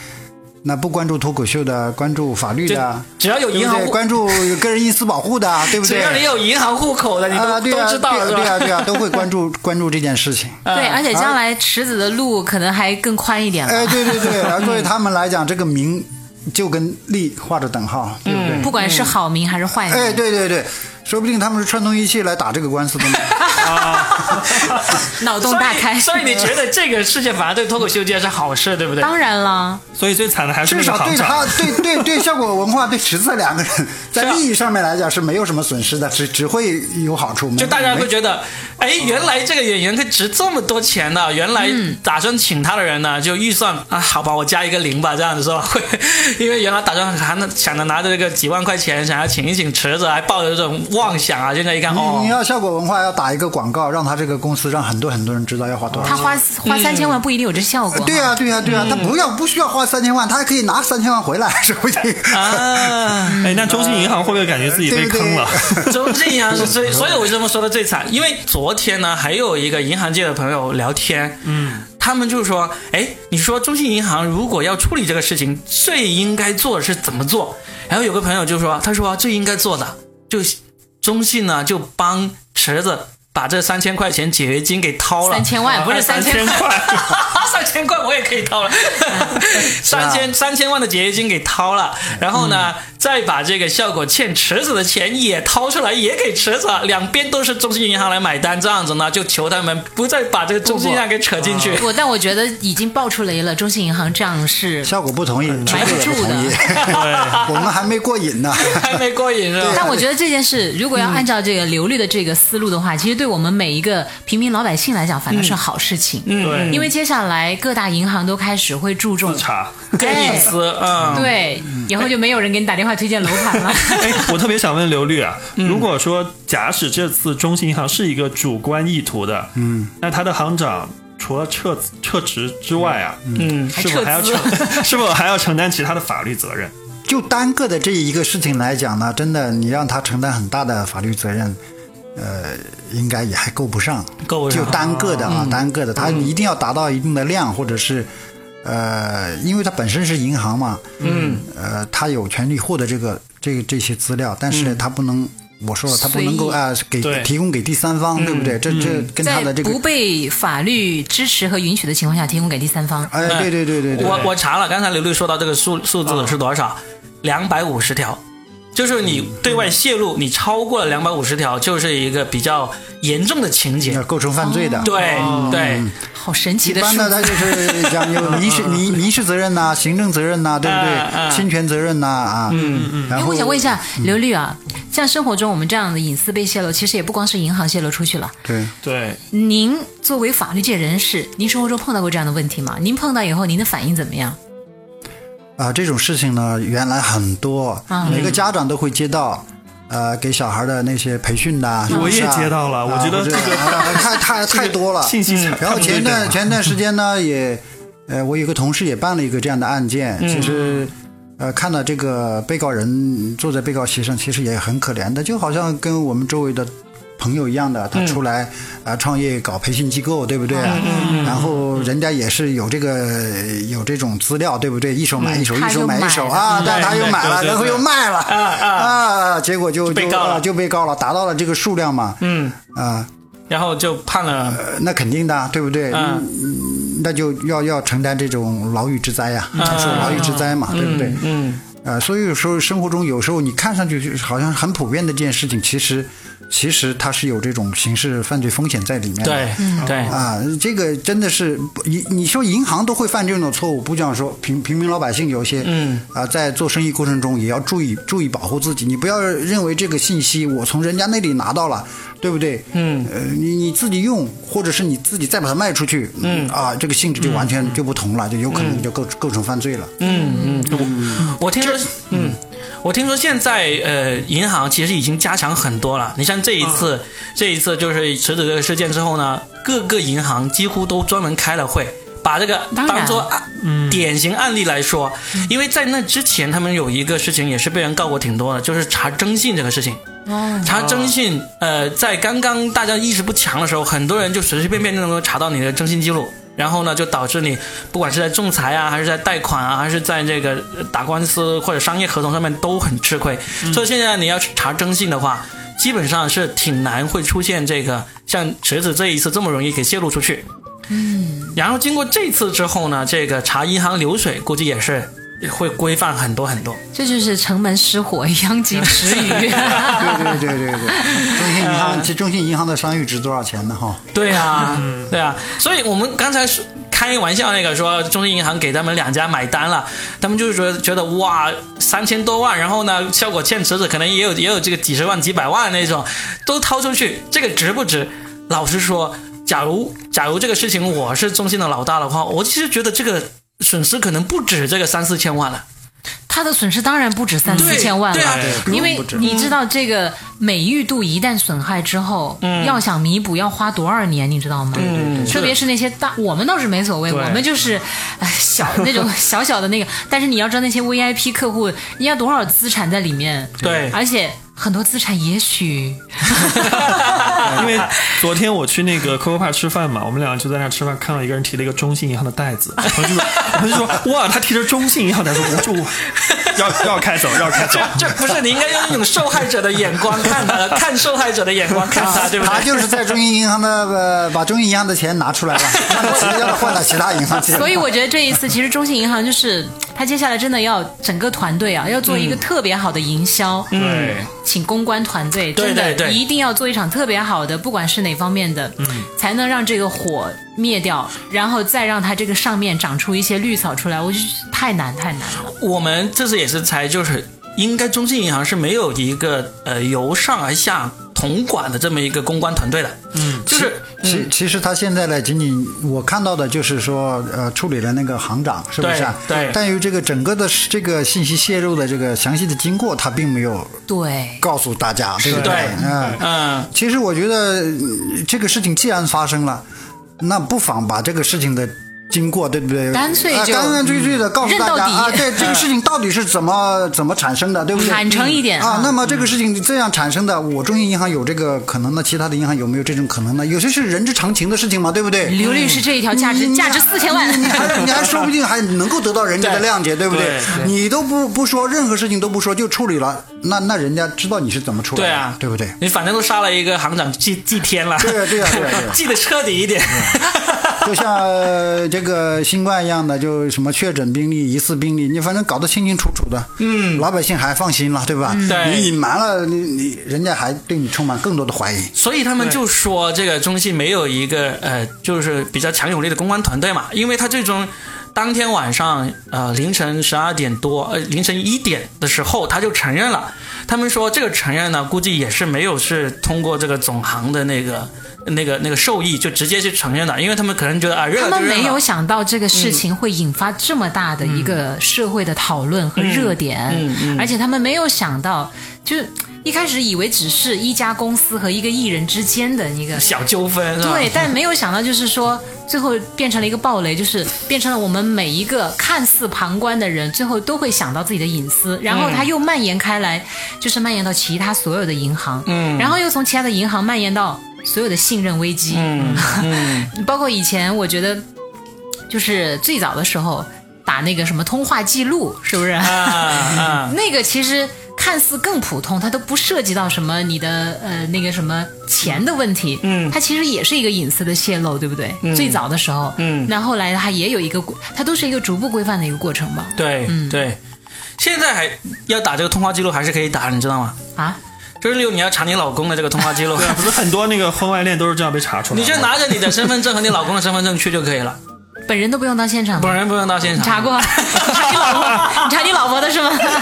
那不关注脱口秀的，关注法律的，只要有对银不行对？户，关注个人隐私保护的，对不只对？要你有银行户口的，你啊，都对啊，都知道是对啊对啊，吧？对啊，都会关注关注这件事 情。对，而且将来池子的路可能还更宽一点哎，了。对对对，然后嗯作为他们来讲，这个名就跟利画着等号，对不对？嗯不管是好名还是坏哎，名，对对对，说不定他们是串通一气来打这个官司的呢。 脑洞大开。所以，所以你觉得这个事情反而对脱口秀界是好事，对不对？当然了，所以最惨的还是至那个少行对长他，对对对，效果文化对池子两个人在利益上面来讲是没有什么损失的，只只会有好处。就大家没会觉得，哎，原来这个演员他值这么多钱的，原来嗯打算请他的人呢，就预算啊，好吧，我加一个零吧，这样子是吧？会， 因为原来打算还能想着拿着这个几万块钱，想要请一请池子，还抱着这种妄想啊，现在一看，你哦你，要效果文化要打一个广告，让他这个公司让很多很多人知道要花多少他钱。花花三千万不一定有这效果。对呀、对呀、啊对呀、他不要不需要花三千万，他还可以拿三千万回来， 是不是？嗯啊，哎，嗯那中信银行会不会感觉自己被坑了？ 周这银行是最，所以我为什么说的最惨？因为昨天呢，还有一个银行界的朋友聊天，嗯，他们就说，哎，你说中信银行如果要处理这个事情，最应该做的是怎么做？然后有个朋友就说，他说最应该做的就是中信呢就帮池子。把这三千块钱解约金给掏了，哎三千万不是三三千块， 三千块我也可以掏了，三千三千万的解约金给掏了，然后呢，再把这个效果欠池子的钱也掏出来，也给池子，啊两边都是中信银行来买单，这样子呢，就求他们不再把这个中信银行给扯进去。我但我觉得已经爆出雷了，中信银行这样是，效果不同意，池瞒不子也住不的同意。我们还没过瘾呢。 还没过瘾是吧？ 但我觉得这件事如果要按照这个流利的这个思路的话，其实对我们每一个平民老百姓来讲，反而是好事情。嗯，对，因为接下来各大银行都开始会注重自查。更隐私，嗯，对，以后就没有人给你打电话推荐楼盘 了。哎，我特别想问刘律啊，嗯如果说假使这次中信银行是一个主观意图的，嗯，那他的行长除了撤撤职之外啊，嗯，是否还要还撤承， 是否还要承担其他的法律责任？就单个的这一个事情来讲呢，真的你让他承担很大的法律责任，呃，应该也还够不上。够就上。单个的啊，单个的，它一定要达到一定的量，或者是，呃，因为它本身是银行嘛，嗯，呃，它有权利获得这个这个这些资料，但是呢，它不能，我说了，它不能够随意啊给对提供给第三方，对不对？这这跟它在的这个不，被法律支持和允许的情况下，提供给第三方。哎，对对对对对，我我查了，刚才刘律说到这个数数字是多少？两百五十条，就是你对外泄露，你超过了两百五十条，就是一个比较严重的情节要。构成犯罪的。对对，好神奇一的般数的，它字！就是讲有民事民民事责任呐、行政责任呐、对不啊啊对？侵权责任呐啊，嗯嗯，然哎，后我想问一下刘律啊，像生活中我们这样的隐私被泄露，其实也不光是银行泄露出去了。对。对，您作为法律界人士，您生活中碰到过这样的问题吗？您碰到以后，您的反应怎么样？啊，这种事情呢，原来很多，啊每个家长都会接到。呃，给小孩的那些培训呐，我也是不是啊接到了啊我觉得或者这个啊太太太多了。信息差然后前段前段时间呢，也呃，我有个同事也办了一个这样的案件，其实呃，看到这个被告人坐在被告席上，其实也很可怜的，就好像跟我们周围的朋友一样的，他出来啊、创业搞培训机构，对不对？然后人家也是有这个有这种资料，对不对？一手买一手，嗯一手买一他就手买了啊，但他又买对对了，对然后又卖了啊啊，结果就被就告了啊就被告了，达到了这个数量嘛，嗯，啊，然后就判了，呃那肯定的，对不对？嗯。那就要要承担这种牢狱之灾呀、常说牢狱之灾嘛，对不对？嗯，啊、所以有时候生活中有时候你看上去就是好像很普遍的一件事情，其实其实它是有这种刑事犯罪风险在里面的。对嗯对，嗯啊，这个真的是你你说银行都会犯这种错误，不讲说平平民老百姓有些，嗯啊，在做生意过程中也要注意注意保护自己，你不要认为这个信息我从人家那里拿到了，对不对？嗯，呃，你你自己用，或者是你自己再把它卖出去，嗯啊，这个性质就完全就不同了，就有可能就构构成犯罪了。嗯嗯，我我听说，嗯，我听说现在呃，银行其实已经加强很多了。你像这一次，嗯这一次就是池子这个事件之后呢，各个银行几乎都专门开了会。把这个当然嗯当做案嗯嗯典型案例来说，因为在那之前，他们有一个事情也是被人告过挺多的，就是查征信这个事情。哦，查征信，呃，在刚刚大家意识不强的时候，很多人就随随便便就能够查到你的征信记录，然后呢，就导致你不管是在仲裁啊，还是在贷款啊，还是在这个呃打官司或者商业合同上面都很吃亏。所以现在你要查征信的话，基本上是挺难会出现这个像池子这一次这么容易给泄露出去。嗯，然后经过这次之后呢，这个查银行流水估计也是会规范很多很多。这就是城门失火，殃及池鱼。 对对对对对，中信银行，这中信银行的商誉值多少钱呢？哈，对啊，对啊，所以我们刚才说开玩笑那个说中信银行给他们两家买单了，他们就是觉得觉得哇三千多万，然后呢效果欠池子可能也有也有这个几十万几百万那种，都掏出去，这个值不值？老实说，假如假如这个事情我是中信的老大的话，我其实觉得这个损失可能不止这个三四千万了。他的损失当然不止三四千万对啊了，对哎不用因为不止你知道这个美誉度一旦损害之后，嗯要想弥补要花多少年，你知道吗？嗯特别是那些大，我们倒是没所谓，对我们就是 哎小那 种小小的那个，但是你要知道那些 VIP 客户，人家多少资产在里面，对而且很多资产也许 因为昨天我去那个 Coco p 吃饭嘛，我们俩就在那吃饭，看到一个人提了一个中信银行的袋 子，我就说我就说哇，他提着中信银行的袋子，我说哇， 要要开走，要开 走。这不是你应该用那种受害者的眼光看他，看受害者的眼光看他，对不对？ 啊他就是在中信银行的呃把中信银行的钱拿出 来了，换到其他的换到其他银行去了。所以我觉得这一次，其实中信银行就是他接下来真的要整个团队啊，要做嗯一个特别好的营销，对，请公关团队对真的对对嗯一定要做一场特别好的，不管是哪方面的，才能让这个火灭掉，然后再让它这个上面长出一些绿草出来，我就太难太难了。我们这次也是猜，就是应该中信银行是没有一个呃由上而下统管的这么一个公关团队的，嗯，就是其其实他现在呢，仅仅我看到的就是说，呃，处理了那个行长，是不是啊？对对但由于这个整个的这个信息泄露的这个详细的经过，他并没有对，告诉大家，对不对嗯。嗯，其实我觉得呃这个事情既然发生了，那不妨把这个事情的经过，对不对？干脆就啊干干脆脆的告诉大认家到底 啊，对这个事情到底是怎么怎么产生的，对不对？坦诚一点啊啊。那么这个事情这样产生的，我中信银行有这个可能呢，其他的银行有没有这种可能呢？有些是人之常情的事情嘛，对不对？刘律师这一条价值、你价值四千万，你还你还说不定还能够得到人家的对谅解，对不对对你都不不说任何事情都不说就处理了，那那人家知道你是怎么处理的，对啊，对不对？你反正都杀了一个行长，祭祭天了，对啊对啊对啊对啊 嗯记得彻底一点， 就像呃这个新冠一样的，就什么确诊病例、疑似病例，你反正搞得清清楚楚的，嗯，老百姓还放心了，对吧？嗯对你隐瞒了，你你人家还对你充满更多的怀疑。所以他们就说这个中信没有一个呃，就是比较强有力的公关团队嘛，因为他最终当天晚上呃凌晨十二点多呃凌晨一点的时候他就承认了，他们说这个承认呢，估计也是没有是通过这个总行的那个那个那个授意就直接去承认的，因为他们可能觉得啊认他了就们认没有了，想到这个事嗯情会引发这么大的一个社会的讨论嗯和热点，而且他们没有想到，就是一开始以为只是一家公司和一个艺人之间的一个。小纠纷啊是吧？对，但没有想到，就是说，最后变成了一个暴雷，就是变成了我们每一个看似旁观的人，最后都会想到自己的隐私，然嗯后它又蔓延开来，就是蔓延到其他所有的银行，嗯，然后又从其他的银行蔓延到所有的信任危机， 嗯嗯包括以前，我觉得就是最早的时候打那个什么通话记录，是不是？啊啊， 那个其实看似更普通，它都不涉及到什么你的呃那个什么钱的问题，嗯，它其实也是一个隐私的泄露，对不对？最早的时候，嗯，那后来它也有一个规，它都是一个逐步规范的一个过程吧？对嗯对，现在还要打这个通话记录还是可以打，你知道吗？啊，就是例如你要查你老公的这个通话记录。对啊， 不是很多那个婚外恋都是这样被查出来你的。 就拿着你的身份证和你老公的身份证去就可以了，本人都不用到现场吗本人不用到现场。查过，你查你老婆，你查你老婆的是吗？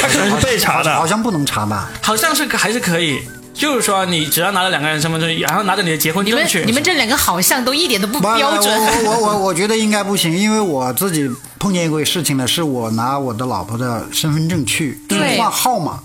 他可能是被查好的，像不能查吧？好像是还是可以，就是说你只要拿了两个人身份证，然后拿着你的结婚你证们去，你们这两个好像都一点都不不 标准。我我 我我觉得应该不行，因为我自己碰见一回事情呢，是我拿我的老婆的身份证去对换号码，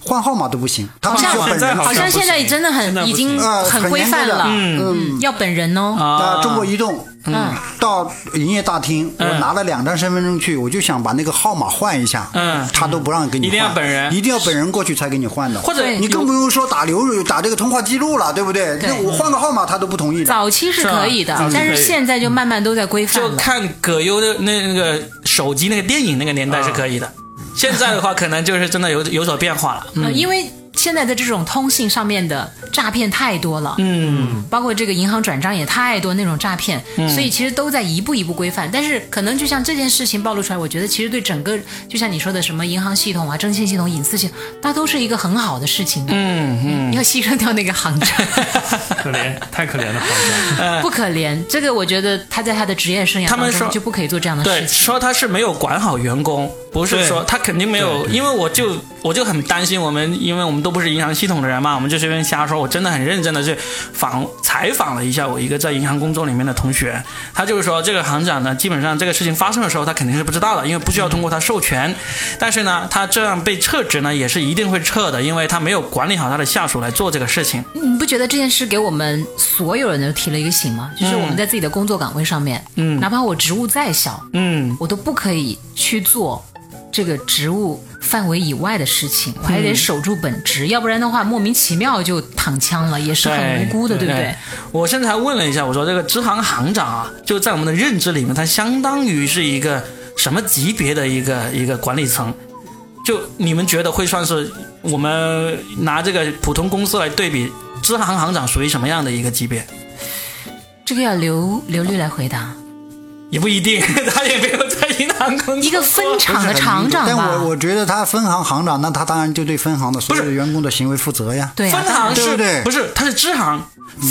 换号码都不行，他好们像说本人好像现在真的现在很不已经行呃很规范了，严格的嗯要本人哦，啊，中国移动，嗯，到营业大厅，我拿了两张身份证去，我就想把那个号码换一下，嗯他都不让给你换，一定要本人一定要本人过去才给你换的，或者对你更有不用说打流打这个通话记录了，对不对？对那我换个号码他都不同意的，早期是可以的是啊，但是现在就慢慢都在规范就了。看葛优的那那个手啊 嗯机那个电影那个年代是可以的，现在的话可能就是真的有有所变化了。呃因为现在的这种通信上面的诈骗太多了，嗯，包括这个银行转账也太多那种诈骗，所以其实都在一步一步规范。但是可能就像这件事情暴露出来，我觉得其实对整个，就像你说的什么银行系统啊、征信系统、隐私系统，它都是一个很好的事情的。嗯嗯，要牺牲掉那个行长，可怜，太可怜了，好像不可怜。这个我觉觉得他在他的职业生涯他们当中说就不可以做这样的事对，情。说他是没有管好员工，不是对说他肯定没有，因为我就我就很担心我们，因为我们都不是银行系统的人嘛，我们就随便瞎说。我真的很认真的去访采访了一下我一个在银行工作里面的同学，他就是说这个行长呢，基本上这个事情发生的时候他肯定是不知道的，因为不需要通过他授权，但是呢，他这样被撤职呢也是一定会撤的，因为他没有管理好他的下属来做这个事情。你不觉得这件事给我们所有人都提了一个醒吗？就是我们在自己的工作岗位上面，嗯，哪怕我职务再小，嗯，我都不可以去做这个职务范围以外的事情，我还得守住本职，要不然的话莫名其妙就躺枪了，也是很无辜的，对不对？我甚至还问了一下，我说这个支行行长啊，就在我们的认知里面，他相当于是一个什么级别的一个一个管理层？就你们觉得会算是我们拿这个普通公司来对比，支行行长属于什么样的一个级别？这个要刘刘律来回答，也不一定， 他也没有在银行工作。一个分厂的不是很厂理解长但吧我，我觉得他分行行长，那他当然就对分行的所有的员工的行为负责呀。对啊嗯分行是对不对不是，它是支行。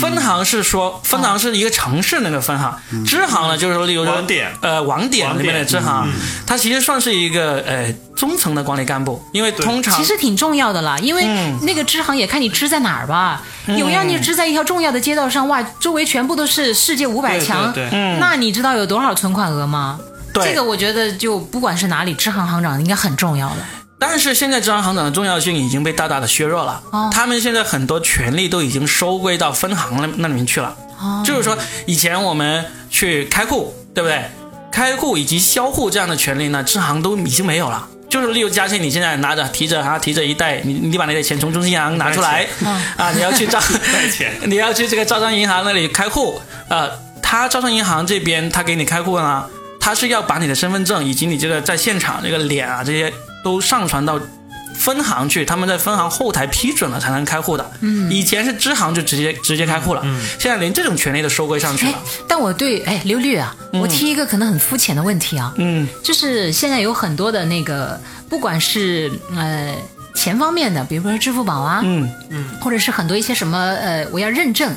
分行是说，分行是一个城市那个分行，支行呢就是说，例如说网点呃，网点里面的支行，它其实算是一个呃中层的管理干部，因为通常其实挺重要的啦，因为嗯那个支行也看你支在哪儿吧。有让你支在一条重要的街道上，哇，周围全部都是世界五百对对强，对嗯那你知道有多少存款额吗？对这个我觉得就不管是哪里，支行行长应该很重要了。但是现在支行行长的重要性已经被大大的削弱了，哦他们现在很多权力都已经收归到分行那那里面去了。哦哦就是说，以前我们去开户，对不对？开户以及销户这样的权利呢，支行都已经没有了。就是例如嘉庆，你现在拿着提着哈提着一袋，你你把那袋钱从中信银行拿出来嗯啊，你要去招带钱。 你要去这个招商银行那里开户，呃，他招商银行这边他给你开户呢，他是要把你的身份证以及你这个在现场这个脸啊这些都上传到分行去，他们在分行后台批准了才能开户的。嗯，以前是支行就直接直接开户了，现在连这种权利都收归上去哎了。，但我对哎刘律啊，我提一个可能很肤浅的问题啊，嗯，就是现在有很多的那个，不管是呃。钱方面的，比如说支付宝啊，嗯嗯，或者是很多一些什么呃，我要认证，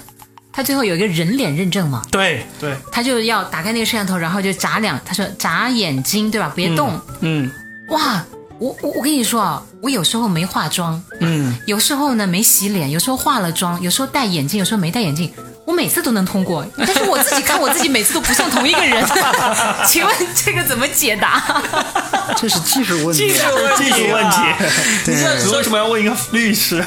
它最后有一个人脸认证嘛，对，对，他就要打开那个摄像头，然后就眨两，他说眨眼睛，对吧？别动。嗯哇，我我我跟你说啊，我有时候没化妆，嗯，有时候呢没洗脸，有时候化了妆，有时候戴眼镜，有时候没戴眼镜。我每次都能通过，但是我自己看我自己每次都不像同一 个人，请问这个怎么解答？这是技术问题啊。问技术问 题。你这你说为什么要问一个律师？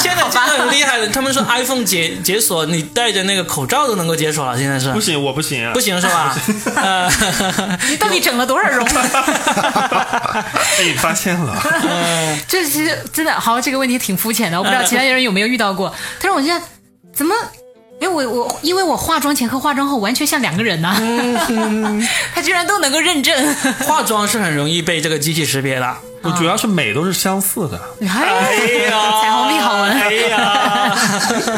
现在真的很厉害的，他们说 iPhone 解解锁，你戴着那个口罩都能够解锁了，现在是不行，我不行啊！不行是吧？呃， 你到底整了多少容？ 被哎发现了，这其实真的好，这个问题挺肤浅的，我不知道嗯其他人有没有遇到过。但是我现在怎么？哎，我我因为我化妆前和化妆后完全像两个人呐、嗯 他居然都能够认证，化妆是很容易被这个机器识别的。我主要是美都是相似的。哎呀，彩虹屁好闻哎呀，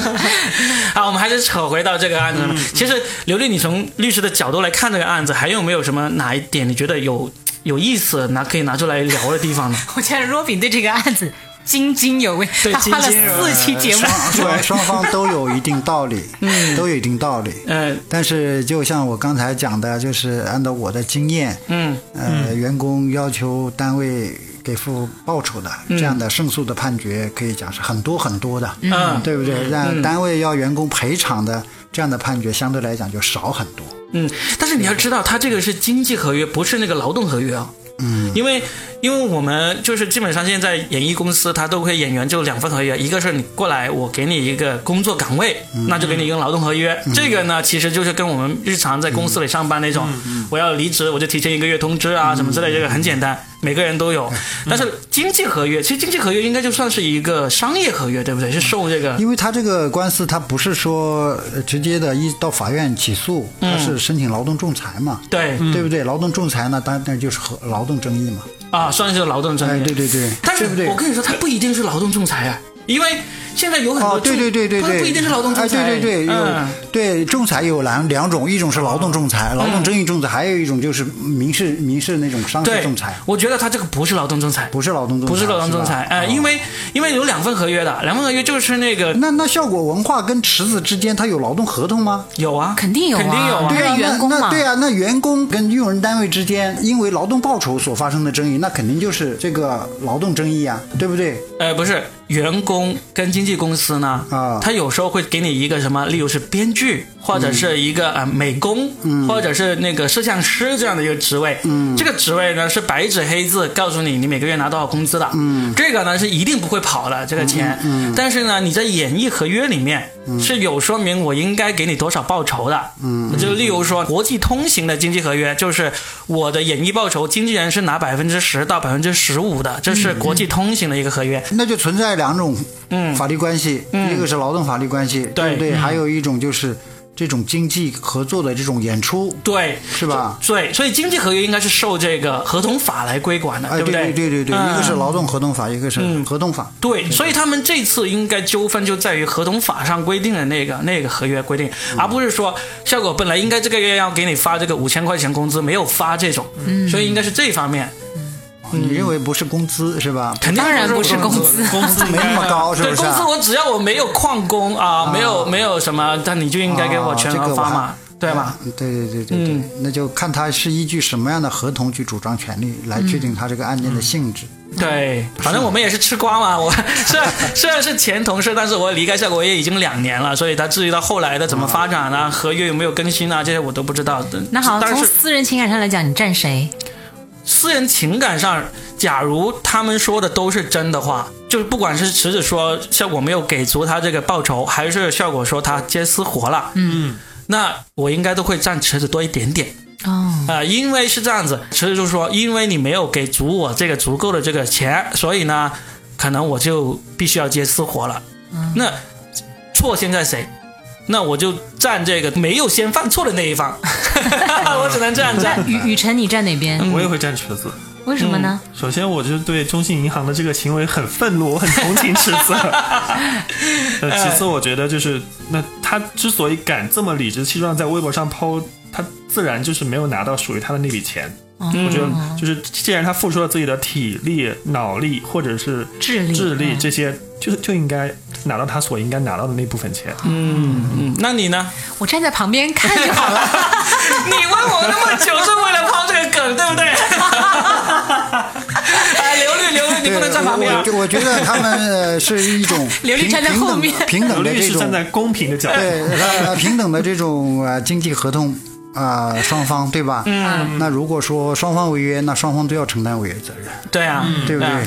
好，我们还是扯回到这个案子上面。其实刘丽，你从律师的角度来看这个案子，还有没有什么哪一点你觉得有有意思，拿可以拿出来聊的地方 呢？ 我觉得若饼对这个案子津津有味，对他花了津津有味四期节目。双 双双方都有一定道理，嗯，都有一定道理。嗯但是就像我刚才讲的，就是按照我的经验，嗯呃，员工要求单位给付报酬的这样的胜诉的判决，可以讲是很多很多的，嗯对不对？让单位要员工赔偿的这样的判决，相对来讲就少很多。嗯，但是你要知道，它这个是经济合约，不是那个劳动合约啊、嗯，因为因为我们就是基本上现在演艺公司，它都会演员就两份合约，一个是你过来，我给你一个工作岗位，嗯那就给你一个劳动合约。这个呢，其实就是跟我们日常在公司里上班那种，嗯我要离职，我就提前一个月通知啊，什么之类，这个很简单，嗯每个人都 有。但是经济合约，其实经济合约应该就算是一个商业合约，对不对？是受这个因为他这个官司，他不是说呃直接的一到法院起诉，他是申请劳动仲裁嘛，对嗯对不对？劳动仲裁呢，当然就是和劳动争议嘛。啊、啊，算是劳动哎，专业。对对对，但是对不对我？跟你说，他不一定是劳动仲裁啊，因为现在有很多哦，对仲对对对他对，不一定是劳动仲哎，裁，对对对，有嗯对仲裁有两两种，一种是劳动仲裁，劳动争议仲裁，还有一种就是民事民事那种商事对仲裁，我觉得他这个不是劳动仲裁，不是劳动仲裁，不是劳动仲裁，是吧哎、哦因为因为有两份合约的，两份合约就是那个那那效果文化跟池子之间，它有劳动合同吗？有啊，肯定有啊肯定有对啊，啊那员工那嘛对啊，那员工跟用人单位之间因为劳动报酬所发生的争议，那肯定就是这个劳动争议啊，对不对？呃，不是员工跟经纪公司呢，啊他有时候会给你一个什么，例如是编剧或者是一个啊、呃美工，或者是那个摄像师这样的一个职位，嗯，这个职位呢是白纸黑字告诉你你每个月拿多少工资的，嗯，这个呢是一定不会跑的这个钱，嗯，但是呢你在演艺合约里面。是有说明我应该给你多少报酬的，嗯，就例如说国际通行的经济合约，就是我的演艺报酬，经纪人是拿百分之十到百分之十五的，这是国际通行的一个合约，那就存在两种嗯法律关系，一个是劳动法律关系，对不对？还有一种就是这种经济合作的这种演出，对，是吧？对，所以经济合约应该是受这个合同法来规管的，哎，不对？对对对对，嗯一个是劳动合同法，一个是合同法。对，所以他们这次应该纠纷就在于合同法上规定的那个那个合约规定，嗯而不是说效果本来应该这个月要给你发这个五千块钱工资，没有发这种，嗯所以应该是这方面，嗯你认为不是工资是吧？肯定当然不是工工资 工资没那么高是不对，是工啊资我只要我没有旷工啊，没有没有什么，但你就应该给我全啊这额个我发还嘛，对吧？嗯对对对对对，那就看他是依据什么样的合同去主张权利，来确定他这个案件的性质。嗯对，反正我们也是吃瓜嘛。我 虽然虽然是前同事，但是我离开效果也已经两年了，所以他至于到后来的怎么发展啊，合约有没有更新啊，这些我都不知道。那好，但从是私人情感上来讲，你站谁？私人情感上，假如他们说的都是真的话，就是不管是池子说效果没有给足他这个报酬，还是效果说他接私活了，嗯，那我应该都会占池子多一点点。哦，啊、因为是这样子，其实就是说，因为你没有给足我这个足够的这个钱，所以呢，可能我就必须要接私活了。那错先在谁？那我就站这个没有先犯错的那一 方，我只能这样 站。雨雨晨，你站哪嗯边？我也会站池子。为什么呢？首先，我就对中信银行的这个行为很愤怒，我很同情赤 子。呃，其次，我觉得就是那他之所以敢这么理直气壮在微博上抛，他自然就是没有拿到属于他的那笔钱。哦我觉得就是，既然他付出了自己的体力、脑力或者是智力智力嗯这些，就就应该拿到他所应该拿到的那部分钱。嗯，那你呢？我站在旁边看就好 了。你问我那么久是为了抛这个梗，对不对？ 哎，刘律，刘律，你对，不能站旁边啊我。我我觉得他们呃是一 种刘丽平站在后面平刘等平等的律这是站在种公平的角度。对呃平等的这种呃经济合同啊、呃双方对吧？嗯，那如果说双方违约，那双方都要承担违约责任，对啊，嗯嗯对不对？啊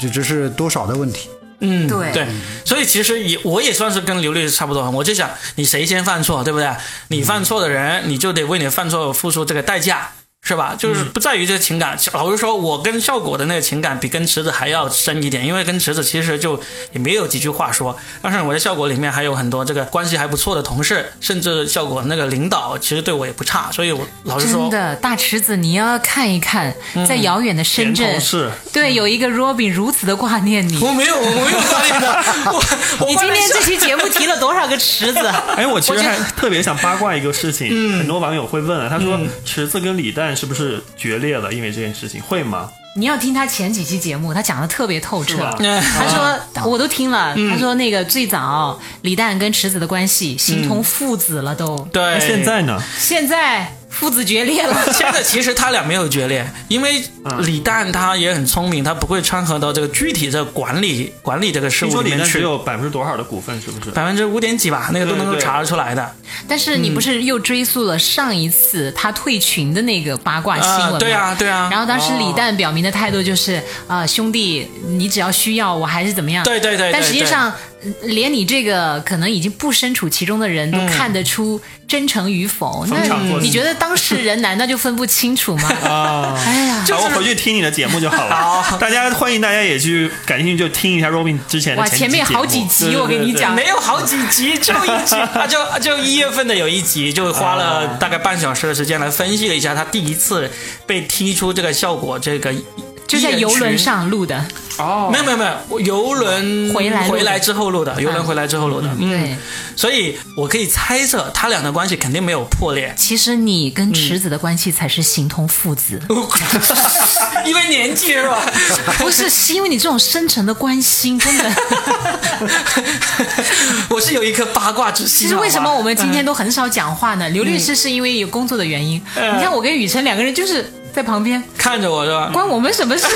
这只是多少的 问题。嗯，对对，所以其实也我也算是跟刘律师差不多，我就想你谁先犯错，对不对？你犯错的人，你就得为你的犯错付出这个代价，是吧？嗯就是不在于这个情感，老实说，我跟效果的那个情感比跟池子还要深一点，因为跟池子其实就也没有几句话说，但是我在效果里面还有很多这个关系还不错的同事，甚至效果那个领导其实对我也不差，所以我老实说嗯真，的，大池子，你要看一看，在遥远的深前圳同，事，对，有一个 Robin 如此的挂念你。我没有，我没有压力的，我我你换今了天下这期节目提了多少个池子？ 啊哎，我嗯其实觉还得特别想八卦一个 事情，很多网友会问，啊他说池子跟李诞是不是决裂了？因为这件事情会吗？你要听他前几期节目，他讲的特别透彻是吧。嗯他说我都听了，他说那个最早李诞跟池子的关系形嗯同父子了都，那对，现在呢？现在父子决裂 了。 现在其实他俩没有决裂，因为嗯李诞他也很聪明，他不会掺和到这个具体的管理管理这个事听务说里李面诞只去。有百分之多少的股份？是不是？百分之五点几吧，那个都能够对对查得出来的。但是你不嗯是又追溯了上一次他退群的那个八卦新闻吗？啊对啊对啊然后当时李诞表明的态度就是，啊，兄弟，你只要需要我还是怎么样。对对对对但实际上，连你这个可能已经不身处其中的人都看得出真诚与否。嗯逢场那作戏你觉得当事人难道就分不清楚吗？ 啊，哎呀，好，我回去听你的节目就 好了。大家欢迎大家也去感兴趣就听一下 Robin 之前的哇，前前几面期节目好几对集，对我跟你对讲，没有好几集，就一 集，他就就一月份的有一集，就花啊了大概半小时的时间来分析了一下他第一次被踢出这个效果这个就在游轮上录的，哦，没有没有没有，游轮回来录的回来之后录的，游轮回来之后录的，对，嗯，所以我可以猜测他俩的关系肯定没有破裂其实你嗯跟池子的关系才是形同父子， 因为年纪是吧？不是是因为你这种深沉的关心，真的。 我是有一颗八卦之心。其实为什好么吧我们今天都很少讲话呢？刘律师是因为有工作的原因，你看我跟雨辰两个人就是在旁边，看着我是吧？关我们什么事？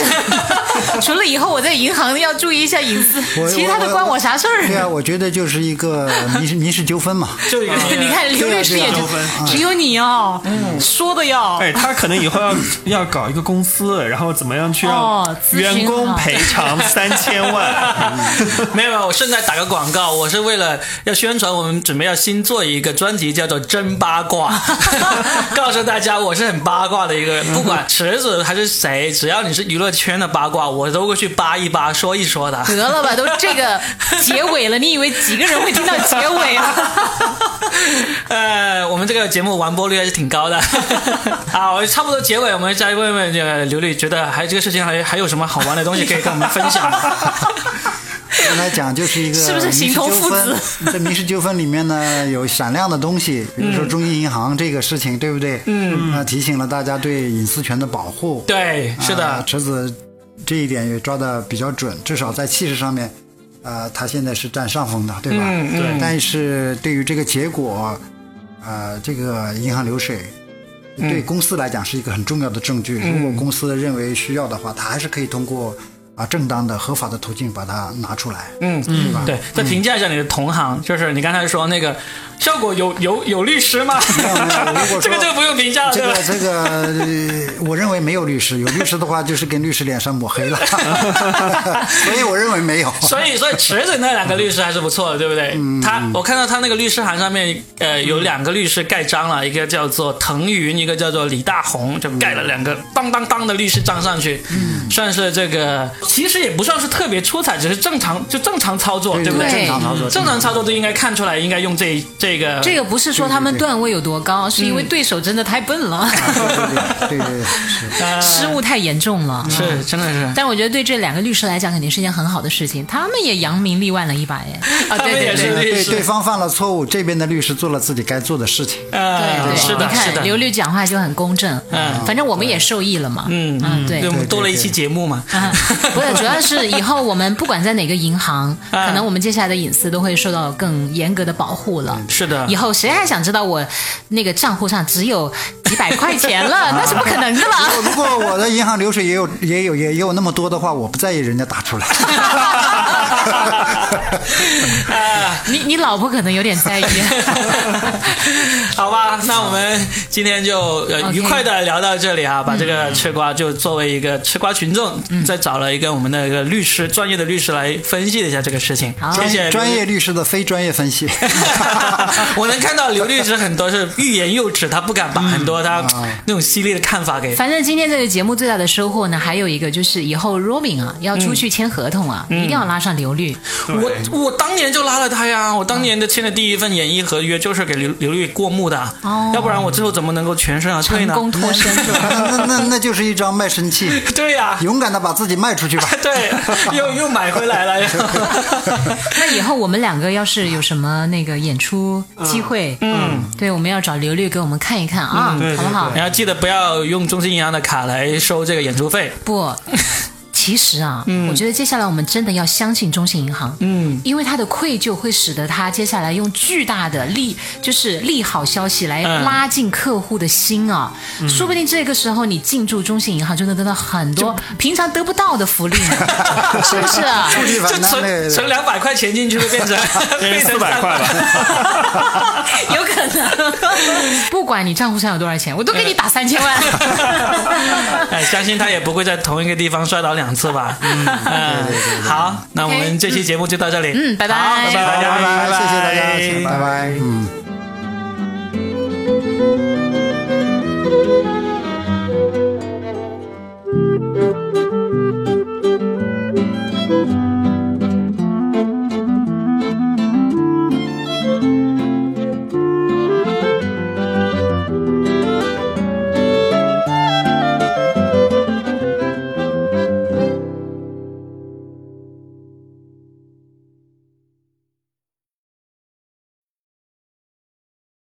除了以后我在银行要注意一下隐私我，其他的关我啥事儿？对啊，我觉得就是一个民事民事纠纷 嘛。就一个你看刘律师也就对啊对 啊只有你哦，说的哟。哎，他可能以后要要搞一个公司，然后怎么样去让哦咨询员工好赔偿三千 万？ 没有没有，我顺带打个广告，我是为了要宣传我们准备要新做一个专辑，叫做《真八卦》， 告诉大家我是很八卦的一个人，不管池子还是谁，只要你是娱乐圈的八卦，我都会去扒一扒、说一说的。得了吧，都这个结尾了，你以为几个人会 听到结尾啊？ 呃，我们这个节目完播率还是挺高 的。啊，我差不多结尾，我们再问问这个刘律，觉得还这个事情还还有什么好玩的东西可以跟我们分 享？ 刚才讲就是一个是不是形同父子民事纠纷？在民事纠纷里面呢，有闪亮的东西，比如嗯说中信银行这个事情，对不对？嗯，那提醒了大家对隐私权的保护。对，是啊的，池子这一点也抓的比较准，至少在气势上面，呃，他现在是占上风的，对吧？嗯嗯，但是对于这个结果，呃，这个银行流水。嗯对公司来讲是一个很重要的证据。如果公司认为需要的话，他还是可以通过啊正当的合法的途径把它拿出来。嗯对吧嗯，对，再评价一下你的同行，就是你刚才说那个效果有有有律师吗没有没有如果？说 这个就不用评价了，这对吧个？这个，呃我认为没有律师，有律师的话就是跟律师脸上抹黑了， 所以我认为没有。 所以，所以池子那两个律师还是不错的，对不对？嗯他，我看到他那个律师函上面，呃，有两个律师盖章了，一个叫做腾云，一个叫做李大红，嗯就盖了两个当当当的律师章上去，算是这个，其实也不算是特别出彩，只是正常就正常操作，对对不对对？正常操作，正常操作都应该看出来，应该用这这个这个不是说他们对对对段位有多高，是因为对手真的太笨了，啊对对对对失是。误太严重了。呃嗯是真的是。但我觉得对这两个律师来讲，肯定是一件很好的事情，他们也扬名立万了一把耶！他啊，们对对也对是。律对师对方犯了错误，这边的律师做了自己该做的事情。对呃，对，是的，你是的看，刘律讲话就很公正，嗯反正我们也受益了嘛，嗯嗯，对对，我，们多了一对对期节目嘛， 啊不是，主要是以后我们不管在哪个银行，啊可能我们接下来的隐私都会受到更严格的保护 了。嗯是的以，后谁还想知道我那个账户上只有几百块 钱了？那是不可能的了。如果我的银行流水也有也有也有那么多的话，我不在意人家打出来。 你你老婆可能有点在意。 好吧，那我们今天就呃 OK 愉快的聊到这里嗯啊，把这个吃瓜就作为一个吃瓜群众，再找了一个我们的一个律师，专业的律师来分析了一下这个事情。好 谢谢专业。律师的非专业分析， 我能看到刘律师很多是欲言又止，他不敢嗯把很多他那种犀利的看法给反正今天这个节目最大的收获呢，还有一个就是以后 Robin 啊要出去签合同啊，一定要拉上刘律。我我当年就拉了他呀，我当年的签的第一份演艺合约就是给刘刘律过目的，啊哦要不然我最后怎么能够全身而退成呢？功脱身是吧？ 那那那就是一张卖身契， 对呀、勇敢的把自己卖出去吧。 对，又又买回来了。又那以后我们两个要是有什么那个演出机会，嗯，对，我们要找刘律给我们看一看啊，对对好不好？ 你要记得不要用中信银行的卡来收这个演出费。不， 其实啊，嗯我觉得接下来我们真的要相信中信银行，嗯，因为他的愧疚会使得他接下来用巨大的利，就是利好消息来嗯拉近客户的心啊，说不定这个时候你进驻中信银行，就能得到很多平常得不到的福利呢， 是不是啊？触地就反弹类存存的，两百块钱进去，就变成 变成400块了。有可能，不管你账户上有多少钱，我都给你打三千万。 哎，相信他也不会在同一个地方摔倒两次吧？ 嗯，好，那我们这期节目就到这里。嗯拜拜好拜拜，拜拜，谢谢大家，谢谢，拜拜，嗯。